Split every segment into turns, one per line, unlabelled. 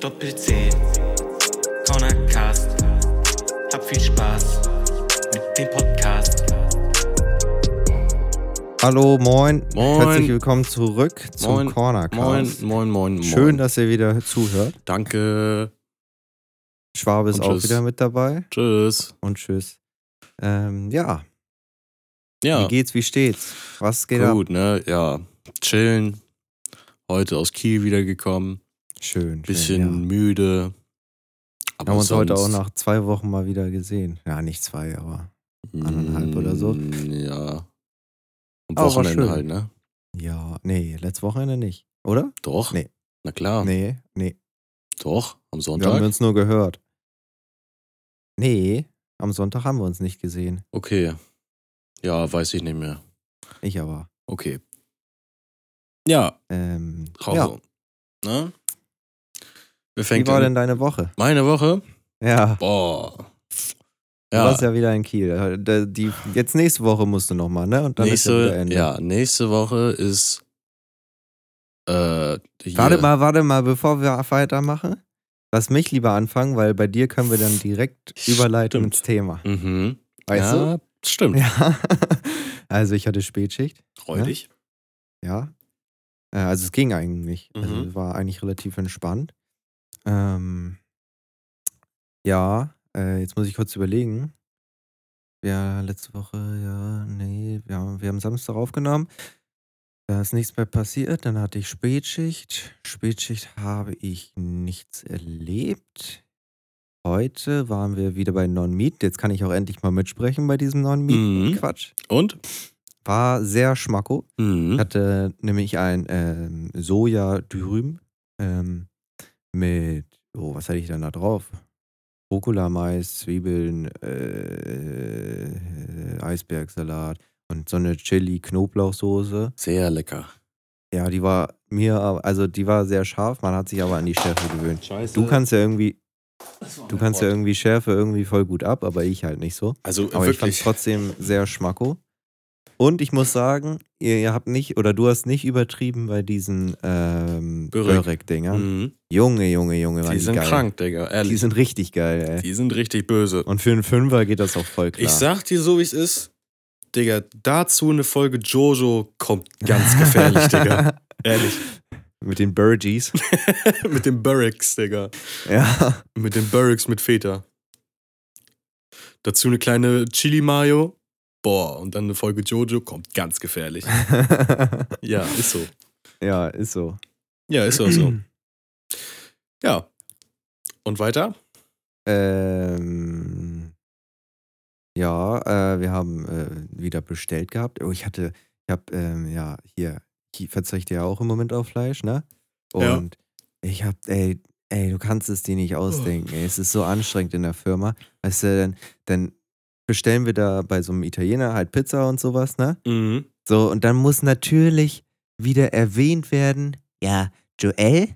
Doppel C, Cornercast. Hab viel Spaß mit dem Podcast.
Hallo, moin.
Moin.
Herzlich willkommen zurück zum
Moin, Moin,
Cornercast.
moin, moin, moin.
Schön, dass ihr wieder zuhört.
Danke.
Schwabe ist
Und
auch
tschüss.
wieder mit dabei.
Tschüss.
Und tschüss. Ähm, ja,
Ja,
wie geht's, wie steht's? Was geht ab?
gut, ne? Ja. Chillen. Heute aus Kiel wiedergekommen.
Schön.
Bisschen
schön,
müde.
ja. Haben uns heute auch nach zwei Wochen mal wieder gesehen. Ja, nicht zwei, aber anderthalb oder so.
Mm, Ja. Am
Aber war
Wochenende
schön.
halt, ne?
ja, nee, letztes Wochenende nicht, oder?
Doch.
Nee.
Na klar.
Nee, nee.
Doch. Am
Wir haben
Ah. Sonntag.
uns nur gehört. Nee, am Sonntag haben wir uns nicht gesehen.
Okay. Ja, weiß ich nicht mehr.
Ich aber.
Okay. Ja,
Ähm, ja.
Rauso. Ne? Wer
Wie
fängt
war
an?
denn deine Woche?
Meine Woche?
Ja.
Boah.
Du warst ja wieder in Kiel. Da- Die, jetzt nächste Woche musst du nochmal, ne? Und dann ist ja wieder
nächste,
Ende.
ja, nächste Woche ist. Äh, hier.
Warte mal, warte mal, bevor wir weitermachen. Lass mich lieber anfangen, weil bei dir können wir dann direkt überleiten
Stimmt.
ins Thema.
Mhm.
Weißt
ja,
du?
stimmt.
Ja. Also ich hatte Spätschicht,
Freudig.
ja. Äh, Also es ging eigentlich. Also
Mhm.
es war eigentlich relativ entspannt. Ähm, ja, äh, jetzt muss ich kurz überlegen. Ja, letzte Woche, ja, nee, wir haben, wir haben Samstag aufgenommen. Da ist nichts mehr passiert. Dann hatte ich Spätschicht. Spätschicht habe ich nichts erlebt. Heute waren wir wieder bei Non-Meat. Jetzt kann ich auch endlich mal mitsprechen bei diesem
Mhm.
Non-Meat-Quatsch.
Und?
War sehr schmacko. Ich
Mhm.
hatte nämlich ein ähm, Soja-Dürüm ähm, mit, oh, was hatte ich denn da drauf? Rucola, Mais, Zwiebeln, äh, äh, Eisbergsalat und so eine Chili-Knoblauchsoße.
Sehr lecker.
Ja, die war mir, aber- also die war sehr scharf, man hat sich aber an die Schärfe gewöhnt.
Scheiße.
Du kannst ja irgendwie, du kannst ja irgendwie Schärfe irgendwie voll gut ab, aber ich halt nicht so.
Also
Aber ich fand
wirklich.
es trotzdem sehr schmacko. Und ich muss sagen, ihr, ihr habt nicht, oder du hast nicht übertrieben bei diesen ähm,
Börek.
Börek-Dingern.
mhm.
Junge, Junge, Junge, waren
Die sind
geil.
krank, Digga. Ehrlich.
Die sind richtig geil, ey.
Die sind richtig böse.
Und für einen Fünfer geht das auch voll klar.
Ich sag dir so, wie es ist. Digga, dazu eine Folge Jojo kommt ganz gefährlich, Digga. Ehrlich.
Mit den Burgies.
Mit den Burricks, Digga.
ja.
Mit den Burricks mit Feta. Dazu eine kleine Chili-Mayo. Boah, und dann eine Folge Jojo kommt ganz gefährlich. Ja, ist so.
ja, ist so.
Ja, ist auch so. Ja. Und weiter?
Ähm, ja, äh, wir haben äh, wieder bestellt gehabt. Oh, ich hatte, ich habe, ähm, ja, hier, ich verzichte ja auch im Moment auf Fleisch, ne?
Ja.
Und ich habe, ey, ey, du kannst es dir nicht ausdenken. Ey, es ist so anstrengend in der Firma. Weißt du, dann, dann bestellen wir da bei so einem Italiener halt Pizza und sowas, ne?
Mhm.
So, und dann muss natürlich wieder erwähnt werden, ja, Joel,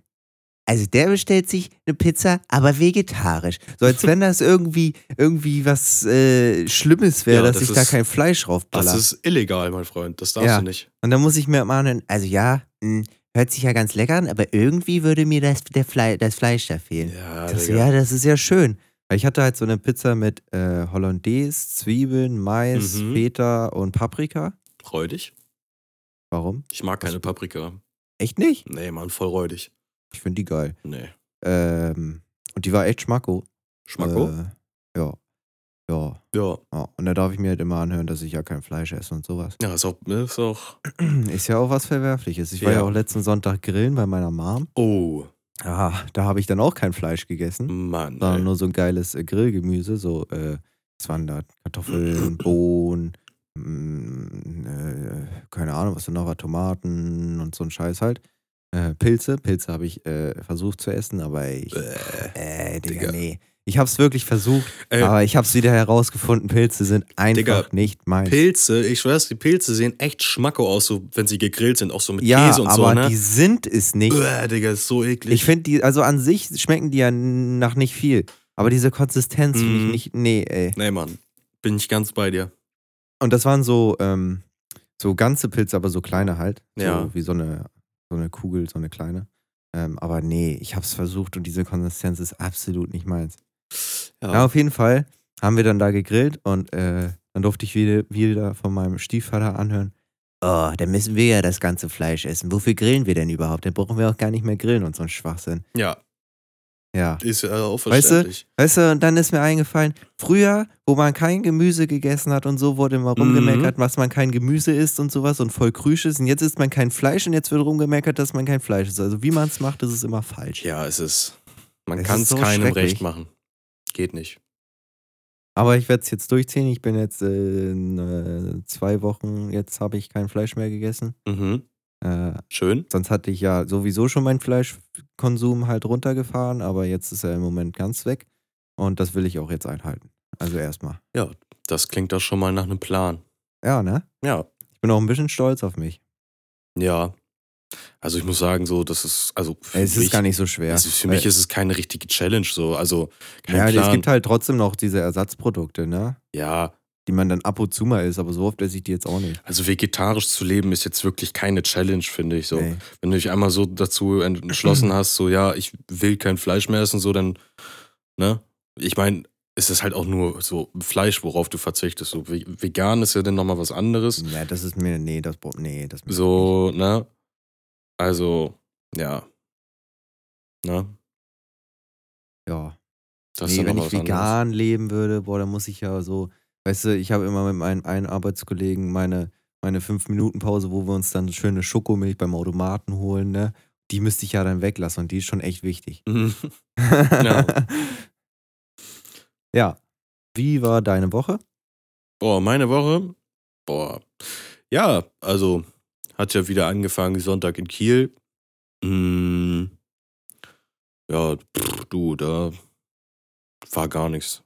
also der bestellt sich eine Pizza, aber vegetarisch. So als wenn das irgendwie, irgendwie was äh, Schlimmes wäre,
Ja,
dass
das
ich da
ist-
kein Fleisch draufballer.
Das ist illegal, mein Freund. Das darfst
Ja.
du nicht.
und dann muss ich mir mahnen, also ja, mh, hört sich ja ganz lecker an, aber irgendwie würde mir das, der Fle das Fleisch da fehlen.
Ja,
das,
Digga.
ja, das ist ja schön. Weil Ich hatte halt so eine Pizza mit äh, Hollandaise, Zwiebeln, Mais,
Mhm.
Feta und Paprika.
Räudig?
Warum?
Ich mag keine Paprika.
Echt nicht?
Nee, Mann, voll räudig.
Ich finde die geil.
Nee.
Ähm, und die war echt Schmacko.
Schmacko?
Äh, ja. ja.
Ja.
Ja. Und da darf ich mir halt immer anhören, dass ich ja kein Fleisch esse und sowas.
Ja, ist auch, ist auch.
Ist ja auch was Verwerfliches. Ich war ja
Ja.
auch letzten Sonntag grillen bei meiner Mom.
Oh,
Ah, da habe ich dann auch kein Fleisch gegessen.
Mann.
Sondern
ey.
nur so ein geiles äh, Grillgemüse. So, äh, was waren da? Kartoffeln, Bohnen, mm, äh, keine Ahnung, was da noch war, Tomaten und so ein Scheiß halt. Äh, Pilze, Pilze habe ich äh, versucht zu essen, aber ich
Bäh.
Äh, Digga,
Digga.
nee. Ich hab's wirklich versucht,
Ey.
aber ich hab's wieder herausgefunden, Pilze sind einfach
Digga,
nicht meins.
Pilze, ich schwör's, die Pilze sehen echt schmacko aus, so wenn sie gegrillt sind, auch so mit
ja,
Käse und
aber
so, ne?
die sind es nicht.
Uah, Digga, ist so eklig.
Ich finde die, also an sich schmecken die ja n- nach nicht viel. Aber diese Konsistenz finde ich
Mhm.
nicht, nee, ey.
nee, Mann. Bin ich ganz bei dir.
Und das waren so, ähm, so ganze Pilze, aber so kleine halt. So
Ja.
wie so eine, so eine Kugel, so eine kleine. Ähm, aber nee, ich habe es versucht und diese Konsistenz ist absolut nicht meins.
Ja.
Na, auf jeden Fall haben wir dann da gegrillt und äh, dann durfte ich wieder, wieder von meinem Stiefvater anhören. Oh, dann müssen wir ja das ganze Fleisch essen. Wofür grillen wir denn überhaupt? Dann brauchen wir auch gar nicht mehr grillen und so einen Schwachsinn.
ja,
Ja.
ist ja auch
Weißt du?
verständlich.
Weißt du, und dann ist mir eingefallen, früher, wo man kein Gemüse gegessen hat und so, wurde immer
Mhm.
rumgemeckert, was man kein Gemüse isst und sowas und voll krüsch ist. Und jetzt isst man kein Fleisch und jetzt wird rumgemeckert, dass man kein Fleisch isst. Also wie man es macht, ist es immer falsch.
Ja, es ist. Man
Es
kann
ist
es
so
keinem
schrecklich.
recht machen. Geht nicht.
Aber ich werde es jetzt durchziehen. Ich bin jetzt äh, in äh, zwei Wochen, jetzt habe ich kein Fleisch mehr gegessen.
Mhm.
Äh,
Schön.
sonst hatte ich ja sowieso schon meinen Fleischkonsum halt runtergefahren, aber jetzt ist er im Moment ganz weg. Und das will ich auch jetzt einhalten. Also erstmal.
Ja, das klingt doch schon mal nach einem Plan.
Ja, ne?
Ja.
Ich bin auch ein bisschen stolz auf mich.
Ja. Also ich muss sagen, so, das ist, also für
Es
mich,
ist gar nicht so schwer.
also für
Weil-
mich ist es keine richtige Challenge, so, also kein
ja,
Plan.
es gibt halt trotzdem noch diese Ersatzprodukte, ne?
ja,
Die man dann ab und zu mal isst, aber so oft esse ich die jetzt auch nicht.
also vegetarisch zu leben ist jetzt wirklich keine Challenge, finde ich, so.
Nee.
Wenn du dich einmal so dazu entschlossen hast, so, ja, ich will kein Fleisch mehr essen, so, dann, ne? Ich meine, es ist halt auch nur so Fleisch, worauf du verzichtest. So, Ve- vegan ist ja dann nochmal was anderes.
Ja, das ist mir, nee, das, bra- nee, das möchte ich
So, ne? Also, ja. Ne?
nicht. Ja.
Das
nee,
dann
wenn
noch
ich
was anderes.
vegan leben würde, boah, dann muss ich ja so, weißt du, ich habe immer mit meinen einen Arbeitskollegen meine, meine 5-Minuten-Pause, wo wir uns dann schöne Schokomilch beim Automaten holen, ne? Die müsste ich ja dann weglassen und die ist schon echt wichtig.
Mhm. Genau.
ja. Wie war deine Woche?
Boah, meine Woche? Boah. Ja, also hat ja wieder angefangen, Sonntag in Kiel. Mm, ja, pff, du, da war gar nichts.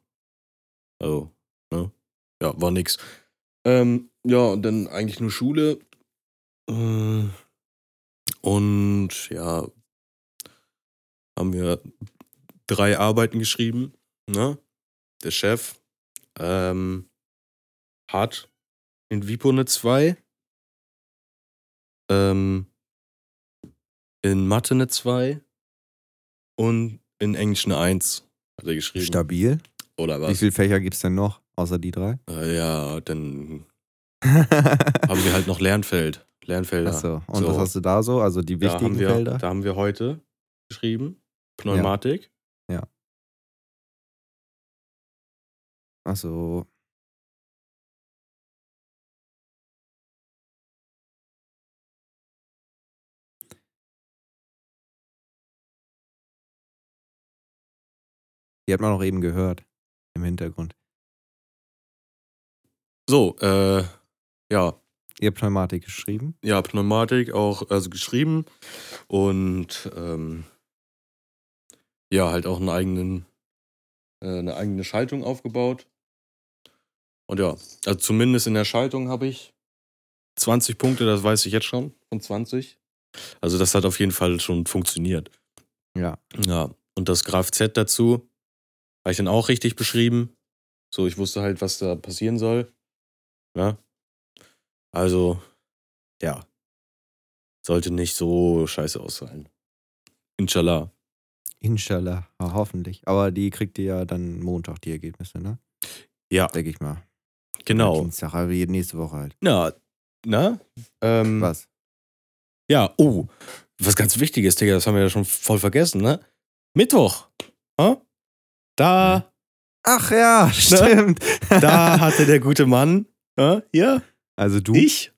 Also, ne? Ja, war nix. Ähm, ja, und dann eigentlich nur Schule. Mm, Und ja, haben wir drei Arbeiten geschrieben, ne? Der Chef. Ähm, hat in Vipo eine 2, ähm, in Mathe eine 2 und in Englisch eine 1, hat er geschrieben.
Stabil.
Oder
Wie
was?
viele Fächer gibt es denn noch, außer die drei?
Äh, ja, dann haben wir halt noch Lernfeld. Lernfelder.
Achso, und
So.
was hast du da so? Also die
da,
wichtigen
haben wir,
Felder?
da haben wir heute geschrieben. Pneumatik.
Achso. Die hat man auch eben gehört im Hintergrund.
So, äh, ja,
Ihr habt Pneumatik geschrieben.
ja, Pneumatik auch also geschrieben und ähm, ja, halt auch einen eigenen, äh, eine eigene Schaltung aufgebaut. Und ja, also zumindest in der Schaltung habe ich 20 Punkte, das weiß ich jetzt schon, von 20. Also das hat auf jeden Fall schon funktioniert.
Ja.
Ja, und das Graph Z dazu habe ich dann auch richtig beschrieben. So, ich wusste halt, was da passieren soll. Ja. Also, ja. Sollte nicht so scheiße aussehen. Inshallah.
Inshallah, ja, hoffentlich. Aber die kriegt ihr ja dann Montag, die Ergebnisse, ne?
Ja,
Denke ich mal. Oder
genau.
Dienstag, also jede- nächste Woche halt.
Na, na? Ähm,
Was?
Ja, oh, was ganz Wichtiges, Digga, das haben wir ja schon voll vergessen, ne? Mittwoch. Hä? Da.
Ach ja, stimmt.
Ne? Da hatte der gute Mann, äh, hier,
Also du?
ich,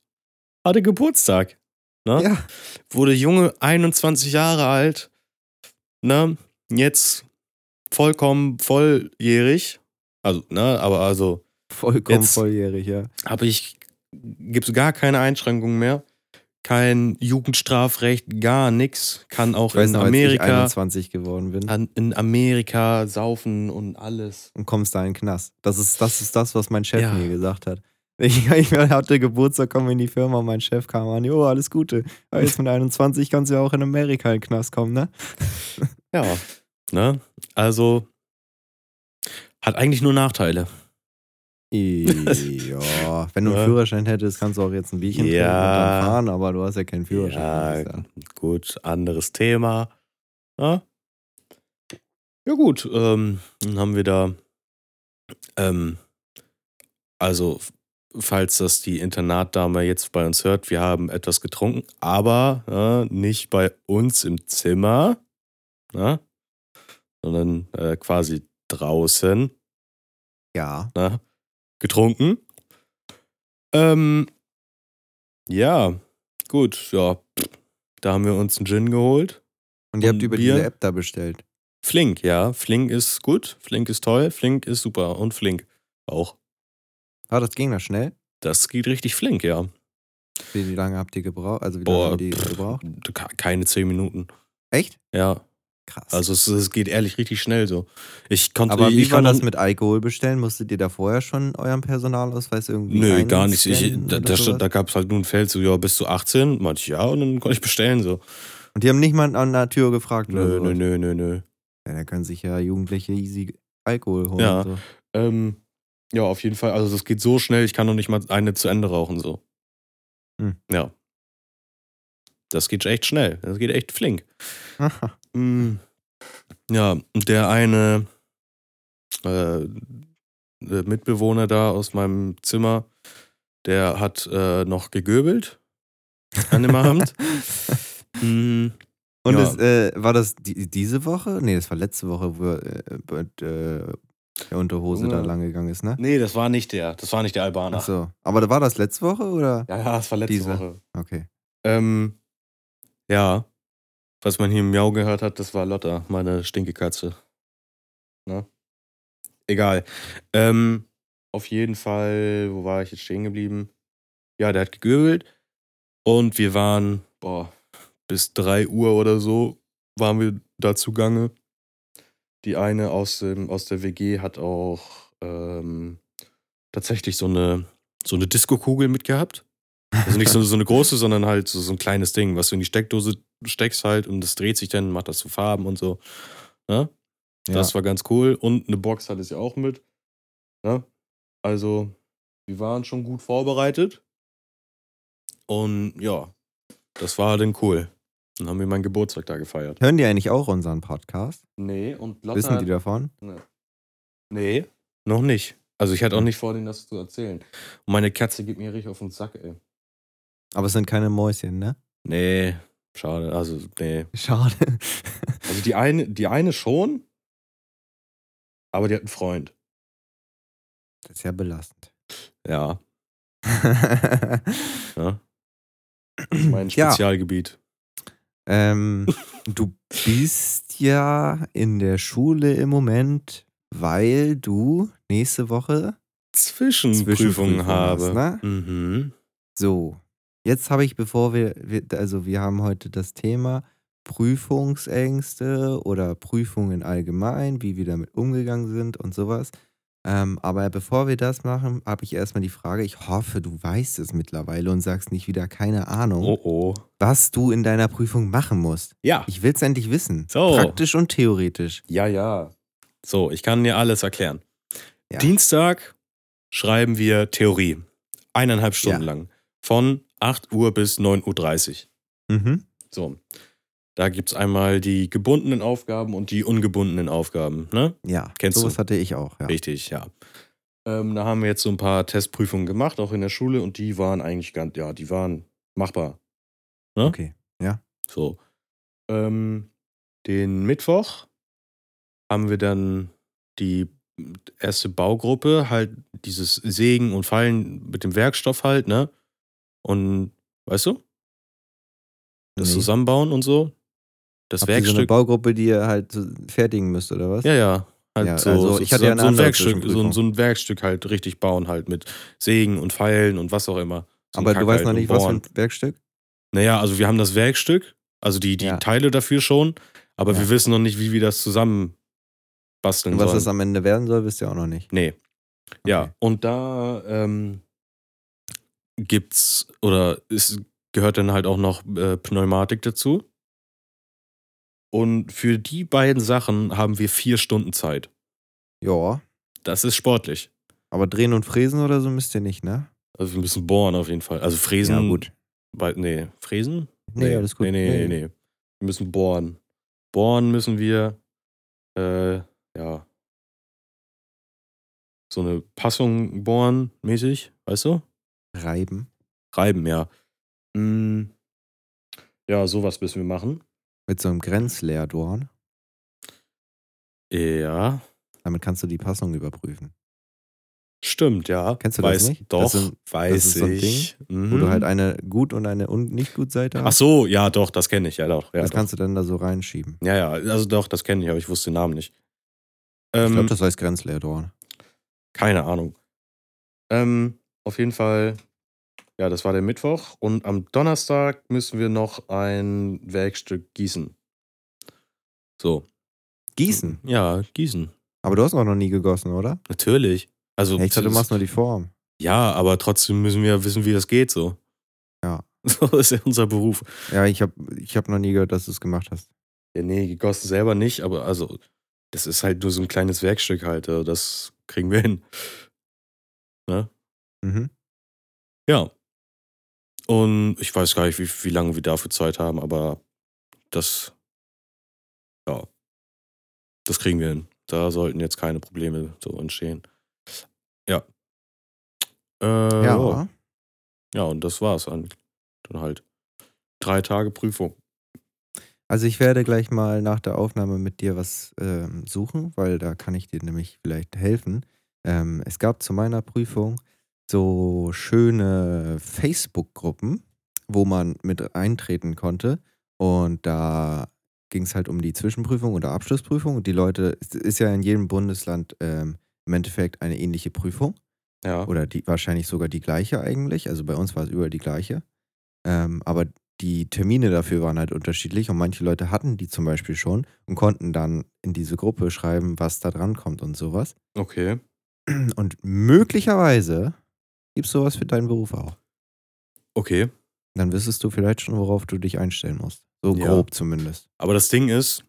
hatte Geburtstag. Ne?
Ja.
Wurde Junge 21 Jahre alt, ne? Jetzt vollkommen volljährig. Also, ne, aber also
Vollkommen
Jetzt-
volljährig, ja.
habe ich, gibt's gar keine Einschränkungen mehr. Kein Jugendstrafrecht, gar nix. Kann auch
Ich weiß
in
noch, als ich
Amerika,
21 geworden bin
an, in Amerika saufen und alles.
und kommst da in den Knast. Das ist, das ist das, was mein Chef
Ja.
mir gesagt hat. Ich, ich hatte Geburtstag, komme in die Firma, mein Chef kam an, jo, alles Gute. Aber jetzt mit 21 kannst du ja auch in Amerika in den Knast kommen, ne?
Ja. Ne? Also hat eigentlich nur Nachteile.
ja, wenn du einen
Ja.
Führerschein hättest, kannst du auch jetzt ein Bierchen trinken und
Ja.
dann fahren, aber du hast ja keinen Führerschein.
Ja, gut, anderes Thema. Ja, ja gut, ähm, dann haben wir da, ähm, also f- falls das die Internatdame jetzt bei uns hört, wir haben etwas getrunken, aber ja, nicht bei uns im Zimmer, ja, sondern äh, quasi draußen
Ja.
ne, getrunken. Ähm, ja, gut, ja. Da haben wir uns einen Gin geholt.
Und ihr habt
Und
über
Bier?
diese App da bestellt.
Flink, ja. Flink ist gut, Flink ist toll, Flink ist super und Flink auch.
Ah, das ging da schnell.
Das geht richtig flink, ja.
Wie, wie lange habt ihr gebraucht? Also wie lange
Boah,
haben die
pff,
gebraucht?
ke- keine zehn Minuten.
Echt?
Ja,
Krass.
also es, es geht ehrlich richtig schnell so. Ich konnte
aber
ich,
wie
ich
war
kann
das
dann-
mit Alkohol bestellen? Musstet ihr da vorher schon euren Personalausweis irgendwie
Nö, gar nichts. Ich,
einscannen
da
oder
da,
sowas?
stand- da gab es halt nur ein Feld, so, ja, bist du 18? Meinte ich, ja, und dann konnte ich bestellen, so.
Und die haben nicht mal an der Tür gefragt oder
Nö,
sowas?
nö, nö, nö, nö.
Ja, da können sich ja Jugendliche easy Alkohol holen.
Ja.
So.
Ähm, ja, auf jeden Fall. Also das geht so schnell, ich kann noch nicht mal eine zu Ende rauchen so.
Hm.
Ja. Das geht echt schnell. Das geht echt flink.
Aha.
Mm. Ja, und der eine äh, äh, Mitbewohner da aus meinem Zimmer, der hat äh, noch gegöbelt an dem Abend. Mm.
Und
Ja.
das, äh, war das die, diese Woche? Nee, das war letzte Woche, wo äh, mit, äh, der Unterhose da
Ja.
lang gegangen ist, ne?
Nee, das war nicht der. Das war nicht der Albaner.
Achso. Aber da war das letzte Woche oder?
Ja, ja, das war letzte
Dieser.
Woche.
Okay.
Ähm, ja. Was man hier im Miau gehört hat, das war Lotta, meine Stinkekatze. Ne? Egal. Ähm, auf jeden Fall, wo war ich jetzt stehen geblieben? Ja, der hat gegürbelt. Und wir waren, boah, bis 3 Uhr oder so waren wir da zugange. Die eine aus, dem, aus der WG hat auch ähm, tatsächlich so eine, so eine Disco-Kugel mitgehabt. Also nicht so, so eine große, sondern halt so, so ein kleines Ding, was du in die Steckdose steckst halt und das dreht sich dann, macht das zu Farben und so. Ne?
Ja.
Das war ganz cool. Und eine Box hatte sie auch mit. Ne? Also, wir waren schon gut vorbereitet. Und ja, das war dann cool. Dann haben wir meinen Geburtstag da gefeiert.
Hören die eigentlich auch unseren Podcast?
Nee, und
Wissen die davon?
Nee, noch nicht. Also ich hatte auch nicht vor, denen das zu erzählen. Und meine Katze geht mir richtig auf den Sack, ey.
Aber es sind keine Mäuschen, ne?
Nee, schade. Also, nee.
Schade.
Also die eine, die eine schon, aber die hat einen Freund.
Das ist ja belastend.
Ja. ja. Mein
ja,
Spezialgebiet.
ähm, du bist ja in der Schule im Moment, weil du nächste Woche
Zwischenprüfungen
Zwischenprüfung
habe.
hast, ne?
mhm.
so. Jetzt habe ich, bevor wir, wir, also wir haben heute das Thema Prüfungsängste oder Prüfungen allgemein, wie wir damit umgegangen sind und sowas. Ähm, aber bevor wir das machen, habe ich erstmal die Frage, ich hoffe, du weißt es mittlerweile und sagst nicht wieder keine Ahnung.
Oh oh.
was du in deiner Prüfung machen musst.
Ja.
Ich will es endlich wissen.
So.
Praktisch und theoretisch.
Ja, ja. So, ich kann dir alles erklären.
Ja.
Dienstag schreiben wir Theorie. Eineinhalb Stunden
Ja.
lang. Von 8 Uhr bis 9.30 Uhr.
Mhm.
So. Da gibt es einmal die gebundenen Aufgaben und die ungebundenen Aufgaben. Ne?
Ja,
Kennst
sowas
du.
hatte ich auch. Ja.
Richtig, ja. Ähm, da haben wir jetzt so ein paar Testprüfungen gemacht, auch in der Schule, und die waren eigentlich ganz, ja, die waren machbar. Ne?
Okay.
So. Ähm, den Mittwoch haben wir dann die erste Baugruppe, halt dieses Sägen und Fallen mit dem Werkstoff halt, ne? Und weißt du, das
Nee.
Zusammenbauen und so. Das
Habt ihr so eine
Werkstück.
Baugruppe, die ihr halt so fertigen müsst, oder was?
Ja, ja. Halt
Ja,
so,
also
so,
ich hatte
so,
ja eine
so ein
andere
Werkstück, so, ein-
Zwischenprüfung.
so ein Werkstück halt richtig bauen, halt mit Sägen und Pfeilen und was auch immer. So ein
Aber
Kack
du weißt
halt
noch
und
nicht, was für
Bohren.
ein Werkstück?
Naja, also wir haben das Werkstück, also die, die
Ja.
Teile dafür schon, aber
Ja.
wir wissen noch nicht, wie wir das zusammen basteln
Und was
sollen.
das am Ende werden soll, wisst ihr auch noch nicht.
Nee. Ja,
Okay.
und da ähm, gibt's oder es gehört dann halt auch noch äh, Pneumatik dazu. Und für die beiden Sachen haben wir vier Stunden Zeit.
Ja,
Das ist sportlich.
aber drehen und fräsen oder so müsst ihr nicht, ne?
Also wir müssen bohren auf jeden Fall. Also fräsen.
Ja, gut.
Bei, nee, fräsen?
Nee, alles gut.
Nee, nee, nee, nee. Wir müssen bohren. Born müssen wir. Äh, ja. So eine Passung bohren, mäßig, weißt du?
Reiben.
Reiben, ja. Mm, ja, sowas müssen wir machen.
Mit so einem Grenzleerdorn.
Ja.
Damit kannst du die Passung überprüfen.
Stimmt, ja.
Kennst du das
weiß,
nicht?
Doch,
Das sind-
weiß
ist so ein
ich.
Wo du
Mhm.
halt eine gut und eine un nicht gut Seite
Ach
hast.
so, ja, doch, das kenne ich, ja, doch. Ja,
das
doch.
kannst du dann da so reinschieben.
ja, ja, also doch, das kenne ich, aber ich wusste den Namen nicht. Ähm,
ich glaube, das heißt Grenzleerdorn.
Keine Ahnung. Ähm, auf jeden Fall, ja, das war der Mittwoch. Und am Donnerstag müssen wir noch ein Werkstück gießen. So.
Gießen.
Ja, gießen.
Aber du hast auch noch nie gegossen, oder?
Natürlich. Also,
Ja, ich dachte, du machst nur die Form.
ja, aber trotzdem müssen wir wissen, wie das geht, so.
Ja.
So ist ja unser Beruf.
Ja, ich habe ich hab noch nie gehört, dass du es gemacht hast.
Ja, nee, gegossen selber nicht, aber also, das ist halt nur so ein kleines Werkstück halt. also Das kriegen wir hin.
Mhm.
Ja. Und ich weiß gar nicht, wie, wie lange wir dafür Zeit haben, aber das, ja, das kriegen wir hin. Da sollten jetzt keine Probleme so entstehen. Ja. Äh,
Ja,
ja.
aber
ja, und das war's an. Dann halt drei Tage Prüfung.
Also ich werde gleich mal nach der Aufnahme mit dir was ähm, suchen, weil da kann ich dir nämlich vielleicht helfen. Ähm, es gab zu meiner Prüfung so schöne Facebook-Gruppen, wo man mit eintreten konnte. Und da ging es halt um die Zwischenprüfung oder Abschlussprüfung. Und die Leute, es ist ja in jedem Bundesland ähm, im Endeffekt eine ähnliche Prüfung
Ja.
oder die, wahrscheinlich sogar die gleiche eigentlich. Also bei uns war es über die gleiche. Ähm, aber die Termine dafür waren halt unterschiedlich und manche Leute hatten die zum Beispiel schon und konnten dann in diese Gruppe schreiben, was da dran kommt und sowas.
Okay.
Und möglicherweise gibt es sowas für deinen Beruf auch.
Okay.
Dann wüsstest du vielleicht schon, worauf du dich einstellen musst. So
Ja.
grob zumindest.
Aber das Ding ist,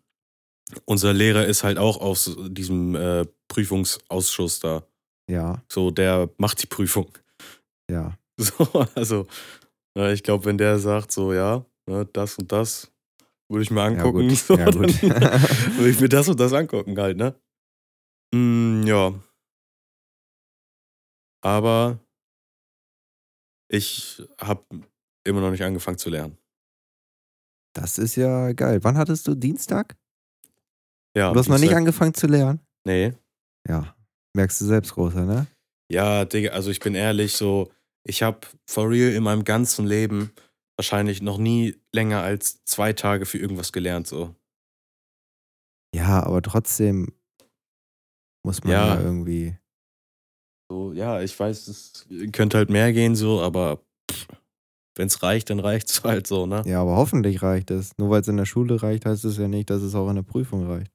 unser Lehrer ist halt auch aus diesem äh, Prüfungsausschuss da.
Ja,
So, der macht die Prüfung.
ja.
So, also, ne, ich glaube, wenn der sagt, so, ja, ne, das und das würde ich mir angucken,
gut,
so,
ja, gut.
dann würde ich mir das und das angucken halt, ne? Mm, ja. Aber ich habe immer noch nicht angefangen zu lernen.
Das ist ja geil. Wann hattest du Dienstag?
Ja,
du hast noch nicht
Dienstag-
angefangen zu lernen?
Nee.
Ja. Merkst du selbst, Großer, ne?
Ja, Digga, also ich bin ehrlich, so, ich habe for real in meinem ganzen Leben wahrscheinlich noch nie länger als zwei Tage für irgendwas gelernt, so.
Ja, aber trotzdem muss man ja,
Ja.
irgendwie.
So, ja, ich weiß, es könnte halt mehr gehen, so, aber wenn es reicht, dann reicht es halt so, ne?
Ja, aber hoffentlich reicht es. Nur weil es in der Schule reicht, heißt es ja nicht, dass es auch in der Prüfung reicht.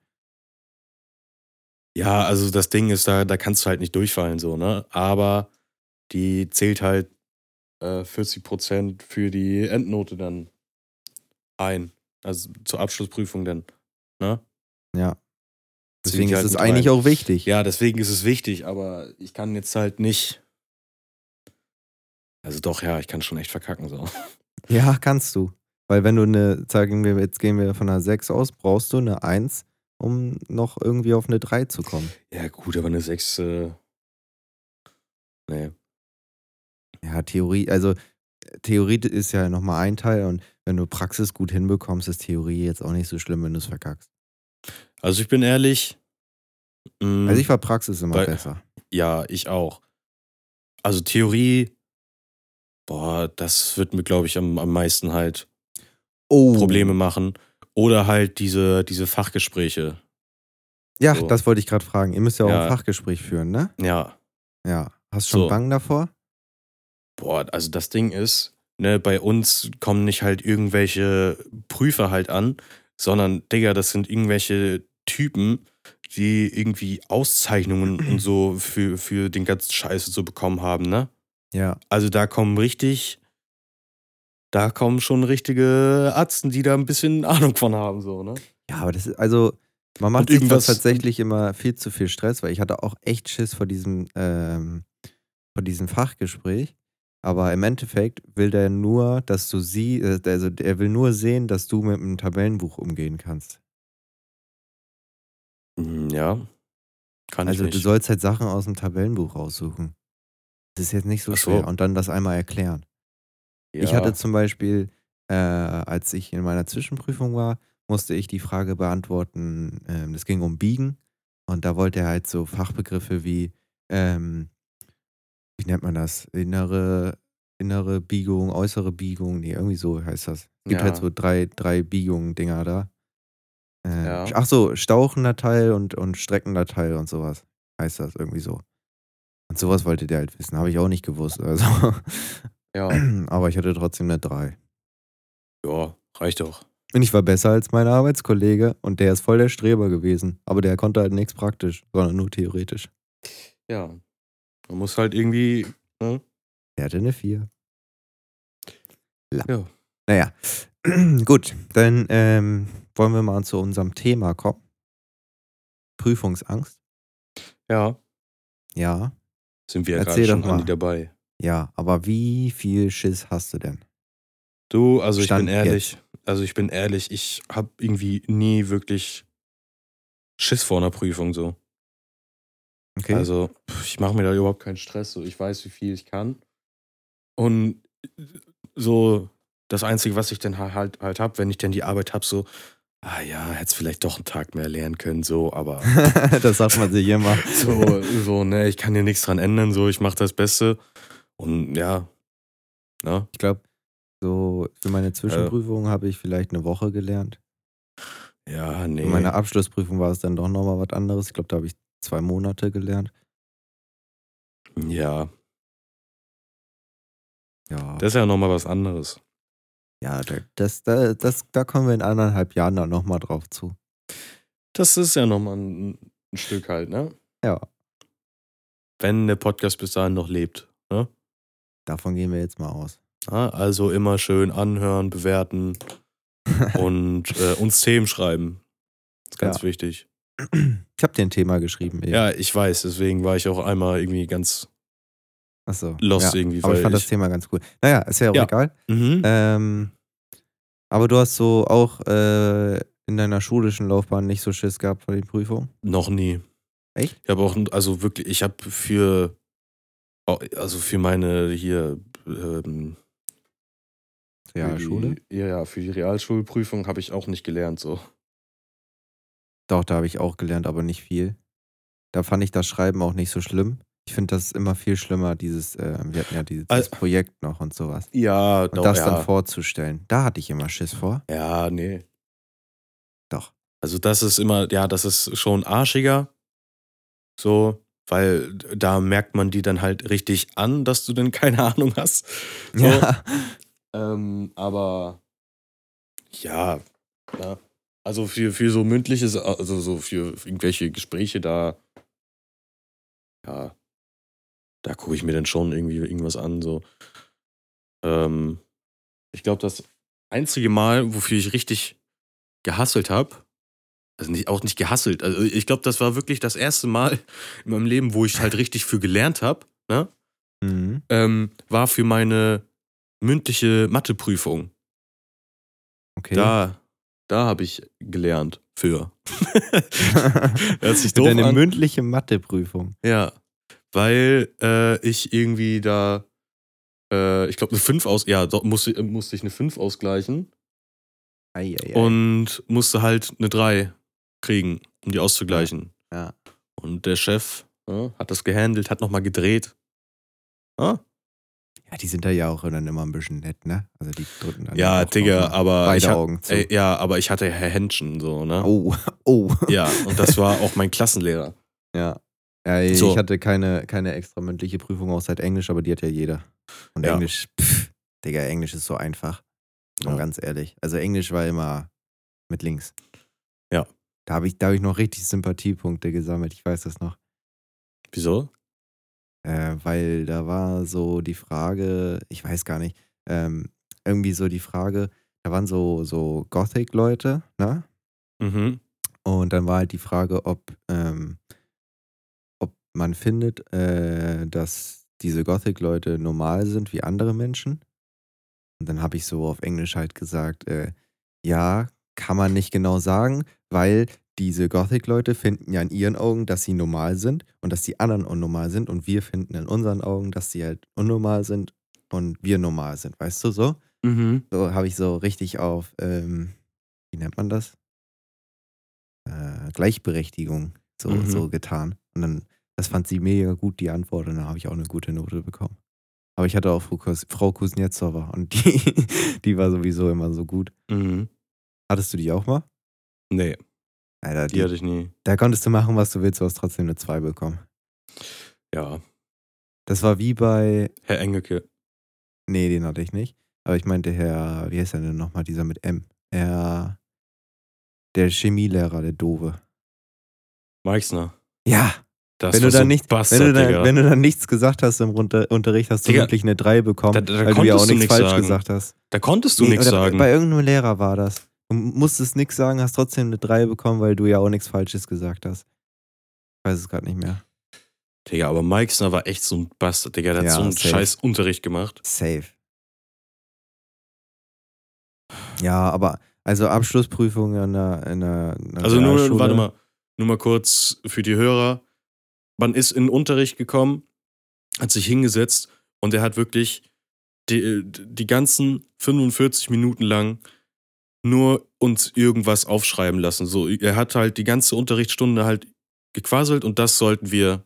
Ja, also das Ding ist, da, da kannst du halt nicht durchfallen, so, ne? Aber die zählt halt äh, 40% für die Endnote dann ein. Also zur Abschlussprüfung dann, ne?
Ja.
Zählt
Deswegen
die
ist
halt
es
mit
eigentlich
rein.
auch wichtig.
Ja, deswegen ist es wichtig, aber ich kann jetzt halt nicht. Also doch, ja, ich kann schon echt verkacken, so.
Ja, kannst du. Weil wenn du eine, sagen wir, jetzt gehen wir von einer 6 aus, brauchst du eine 1, um noch irgendwie auf eine 3 zu kommen.
Ja, gut, aber eine 6. Äh, nee.
Ja, Theorie, also äh, Theorie ist ja nochmal ein Teil und wenn du Praxis gut hinbekommst, ist Theorie jetzt auch nicht so schlimm, wenn du es verkackst.
Also ich bin ehrlich. mm,
Also ich war Praxis immer
Weil-
besser.
ja, ich auch. Also Theorie, boah, das wird mir, glaube ich, am, am meisten halt
Oh.
Probleme machen. Oder halt diese, diese Fachgespräche.
Ja,
So.
das wollte ich gerade fragen. Ihr müsst ja auch
Ja.
ein Fachgespräch führen, ne?
Ja.
Ja. Hast du schon
So.
Bang davor?
Boah, also das Ding ist, ne, bei uns kommen nicht halt irgendwelche Prüfer halt an, sondern, Digga, das sind irgendwelche Typen, die irgendwie Auszeichnungen und so für, für den ganzen Scheiß so bekommen haben, ne?
Ja.
Also da kommen richtig, da kommen schon richtige Arzten, die da ein bisschen Ahnung von haben, so, ne?
Ja, aber das ist, also, man macht
Und
sich das
irgendwas-
tatsächlich immer viel zu viel Stress, weil ich hatte auch echt Schiss vor diesem, ähm, vor diesem Fachgespräch. Aber im Endeffekt will der nur, dass du sie, äh, also er will nur sehen, dass du mit einem Tabellenbuch umgehen kannst.
Mhm, Ja. Kann
Also
ich
du
nicht.
sollst halt Sachen aus dem Tabellenbuch raussuchen. Das ist jetzt nicht so,
Ach so.
schwer. Und dann das einmal erklären.
ja.
Ich hatte zum Beispiel, äh, als ich in meiner Zwischenprüfung war, musste ich die Frage beantworten, ähm, das ging um Biegen. Und da wollte er halt so Fachbegriffe wie, ähm, wie nennt man das? Innere, innere Biegung, äußere Biegung, nee, irgendwie so heißt das. Gibt halt
Ja.
so drei, drei Biegungen-Dinger da. Äh,
Ja.
Ach so, stauchender Teil und, und streckender Teil und sowas. Heißt das irgendwie so. Und sowas wollte der halt wissen. Habe ich auch nicht gewusst. Also,
ja.
aber ich hatte trotzdem eine 3.
ja, reicht doch.
Und ich war besser als mein Arbeitskollege und der ist voll der Streber gewesen. Aber der konnte halt nichts praktisch, sondern nur theoretisch.
Ja. Man muss halt irgendwie.
Der hatte eine 4.
Ja.
Naja, gut, dann ähm, wollen wir mal zu unserem Thema kommen. Prüfungsangst.
Ja.
Ja,
Sind wir ja
Erzähl
gerade schon
doch mal.
Andi dabei.
ja, aber wie viel Schiss hast du denn?
Du, also ich
Stand
bin ehrlich. Also ich bin ehrlich, ich habe irgendwie nie wirklich Schiss vor einer Prüfung so.
Okay.
Also pff, ich mache mir da überhaupt keinen Stress. So. Ich weiß, wie viel ich kann. Und so das Einzige, was ich dann ha- halt, halt habe, wenn ich dann die Arbeit habe, so, ah ja, hätte vielleicht doch einen Tag mehr lernen können, so, aber
das sagt man sich immer.
so, so, ne, ich kann hier nichts dran ändern, so, ich mache das Beste. Und ja, ne?
Ich glaube, so für meine Zwischenprüfung habe ich vielleicht eine Woche gelernt.
Ja, nee.
Für meine Abschlussprüfung war es dann doch nochmal was anderes. Ich glaube, da habe ich zwei Monate gelernt.
Ja,
Ja,
das ist ja nochmal was anderes.
ja da, das, da, das, da kommen wir in eineinhalb Jahren dann nochmal drauf zu.
Das ist ja nochmal ein, ein Stück halt, ne?
Ja,
Wenn der Podcast bis dahin noch lebt. Ne?
davon gehen wir jetzt mal aus.
Ah, also immer schön anhören, bewerten und äh, uns Themen schreiben. Ist ganz
Ja.
wichtig.
Ich habe dir ein Thema geschrieben eben.
Ja, ich weiß, deswegen war ich auch einmal irgendwie ganz
Achso.
lost
ja.
irgendwie.
Aber
Weil
ich fand das Thema ganz cool. Naja, ist ja auch
Ja.
egal.
mhm.
Ähm, aber du hast so auch äh, in deiner schulischen Laufbahn nicht so Schiss gehabt vor den Prüfungen.
Noch nie.
Echt?
Ich habe auch, also wirklich, ich habe für, also für meine hier, ähm,
Ja,
für die-
Schule.
Ja, ja, für die Realschulprüfung habe ich auch nicht gelernt, so.
Doch, da habe ich auch gelernt, aber nicht viel. Da fand ich das Schreiben auch nicht so schlimm. Ich finde das ist immer viel schlimmer, dieses, äh, wir hatten ja dieses,
Al-
dieses Projekt noch und sowas.
Ja,
Und
doch,
das
ja.
dann vorzustellen. Da hatte ich immer Schiss vor.
Ja, nee.
Doch.
Also das ist immer, ja, das ist schon arschiger. So, weil da merkt man die dann halt richtig an, dass du denn keine Ahnung hast. So.
Ja.
Ähm, aber ja, ja. Also für, für so mündliches, also so für irgendwelche Gespräche da, ja, da gucke ich mir dann schon irgendwie irgendwas an. So. Ähm, ich glaube, das einzige Mal, wofür ich richtig gehasselt habe, also nicht, auch nicht gehasselt, also ich glaube, das war wirklich das erste Mal in meinem Leben, wo ich halt richtig für gelernt habe, ne?
Mhm.
ähm, war für meine mündliche Matheprüfung.
Okay.
Da, da habe ich gelernt für. Hört sich doof
Deine
an.
mündliche Matheprüfung.
Ja, weil äh, ich irgendwie da, äh, ich glaube, eine 5 aus, ja, dort musste, äh, musste ich eine 5 ausgleichen
Ei, ei, ei.
und musste halt eine 3 kriegen, um die auszugleichen.
Ja.
Und der Chef ja, hat das gehandelt, hat nochmal gedreht. Ah,
ja, die sind da ja auch dann immer ein bisschen nett, ne? Also die drücken dann
ja,
auch
Digga,
noch mal
aber ich,
beide
hat,
Augen zu.
ey, ja, aber ich hatte Herr Händchen, so, ne?
Oh, oh.
Ja, und das war auch mein Klassenlehrer.
Ja. ja ich
So.
hatte keine, keine extra mündliche Prüfung außer halt Englisch, aber die hat ja jeder. Und
Ja.
Englisch, pff, Digga, Englisch ist so einfach. Mal
Ja.
ganz ehrlich. Also Englisch war immer mit links.
Ja.
Da habe ich, da hab ich noch richtig Sympathiepunkte gesammelt, ich weiß das noch.
Wieso?
Äh, weil da war so die Frage, ich weiß gar nicht, ähm, irgendwie so die Frage, da waren so, so Gothic-Leute, ne?
Mhm.
Und dann war halt die Frage, ob, ähm, ob man findet, äh, dass diese Gothic-Leute normal sind wie andere Menschen. Und dann habe ich so auf Englisch halt gesagt, äh, ja, kann man nicht genau sagen, weil diese Gothic-Leute finden ja in ihren Augen, dass sie normal sind und dass die anderen unnormal sind und wir finden in unseren Augen, dass sie halt unnormal sind und wir normal sind, weißt du so?
Mhm.
So habe ich so richtig auf, ähm, wie nennt man das? Äh, Gleichberechtigung so,
Mhm.
so getan. Und dann, das fand sie mega gut, die Antwort. Und dann habe ich auch eine gute Note bekommen. Aber ich hatte auch Frau, Kus Frau Kuznetsova und die, die war sowieso immer so gut.
Mhm.
Hattest du die auch mal?
Nee,
Alter,
die
die,
hatte ich nie.
da konntest du machen, was du willst, du hast trotzdem eine 2 bekommen.
Ja,
Das war wie bei,
Herr Engelke.
nee, den hatte ich nicht. Aber ich meinte Herr, wie heißt der denn nochmal, dieser mit M? Herr, der Chemielehrer, der Dove.
Meixner.
Ja,
Das
wenn
war
du, dann
so ein
nicht,
Bastard,
wenn, du dann,
Digga.
wenn du dann nichts gesagt hast im Runter Unterricht, hast du
Digga,
wirklich eine 3 bekommen,
da- da- da
weil du ja auch
konntest du
nichts
nichts
falsch
sagen.
gesagt hast.
da konntest du
Nee,
nichts
oder
sagen.
Bei irgendeinem Lehrer war das. Du musstest nichts sagen, hast trotzdem eine 3 bekommen, weil du ja auch nichts Falsches gesagt hast. Ich weiß es gerade nicht mehr.
Digga, aber Meixner war echt so ein Bastard, Digga. Der
Ja,
hat so einen
safe.
scheiß Unterricht gemacht.
Safe. Ja, aber also Abschlussprüfung in der, in der, in der
Also nur,
Realschule.
warte mal, nur mal kurz für die Hörer. Man ist in den Unterricht gekommen, hat sich hingesetzt und er hat wirklich die, äh, die ganzen 45 Minuten lang nur uns irgendwas aufschreiben lassen. So, er hat halt die ganze Unterrichtsstunde halt gequasselt und das sollten wir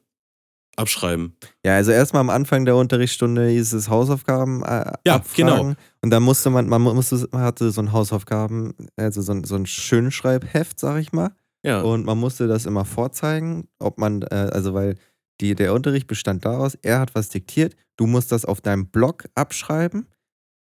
abschreiben.
Ja, also erstmal am Anfang der Unterrichtsstunde hieß es Hausaufgaben äh,
Ja,
abfragen.
genau.
Und dann musste man, man musste, man hatte so ein Hausaufgaben, also so ein, so ein Schönschreibheft, sag ich mal.
Ja.
Und man musste das immer vorzeigen, ob man, äh, also weil die, der Unterricht bestand daraus, er hat was diktiert, du musst das auf deinem Blog abschreiben,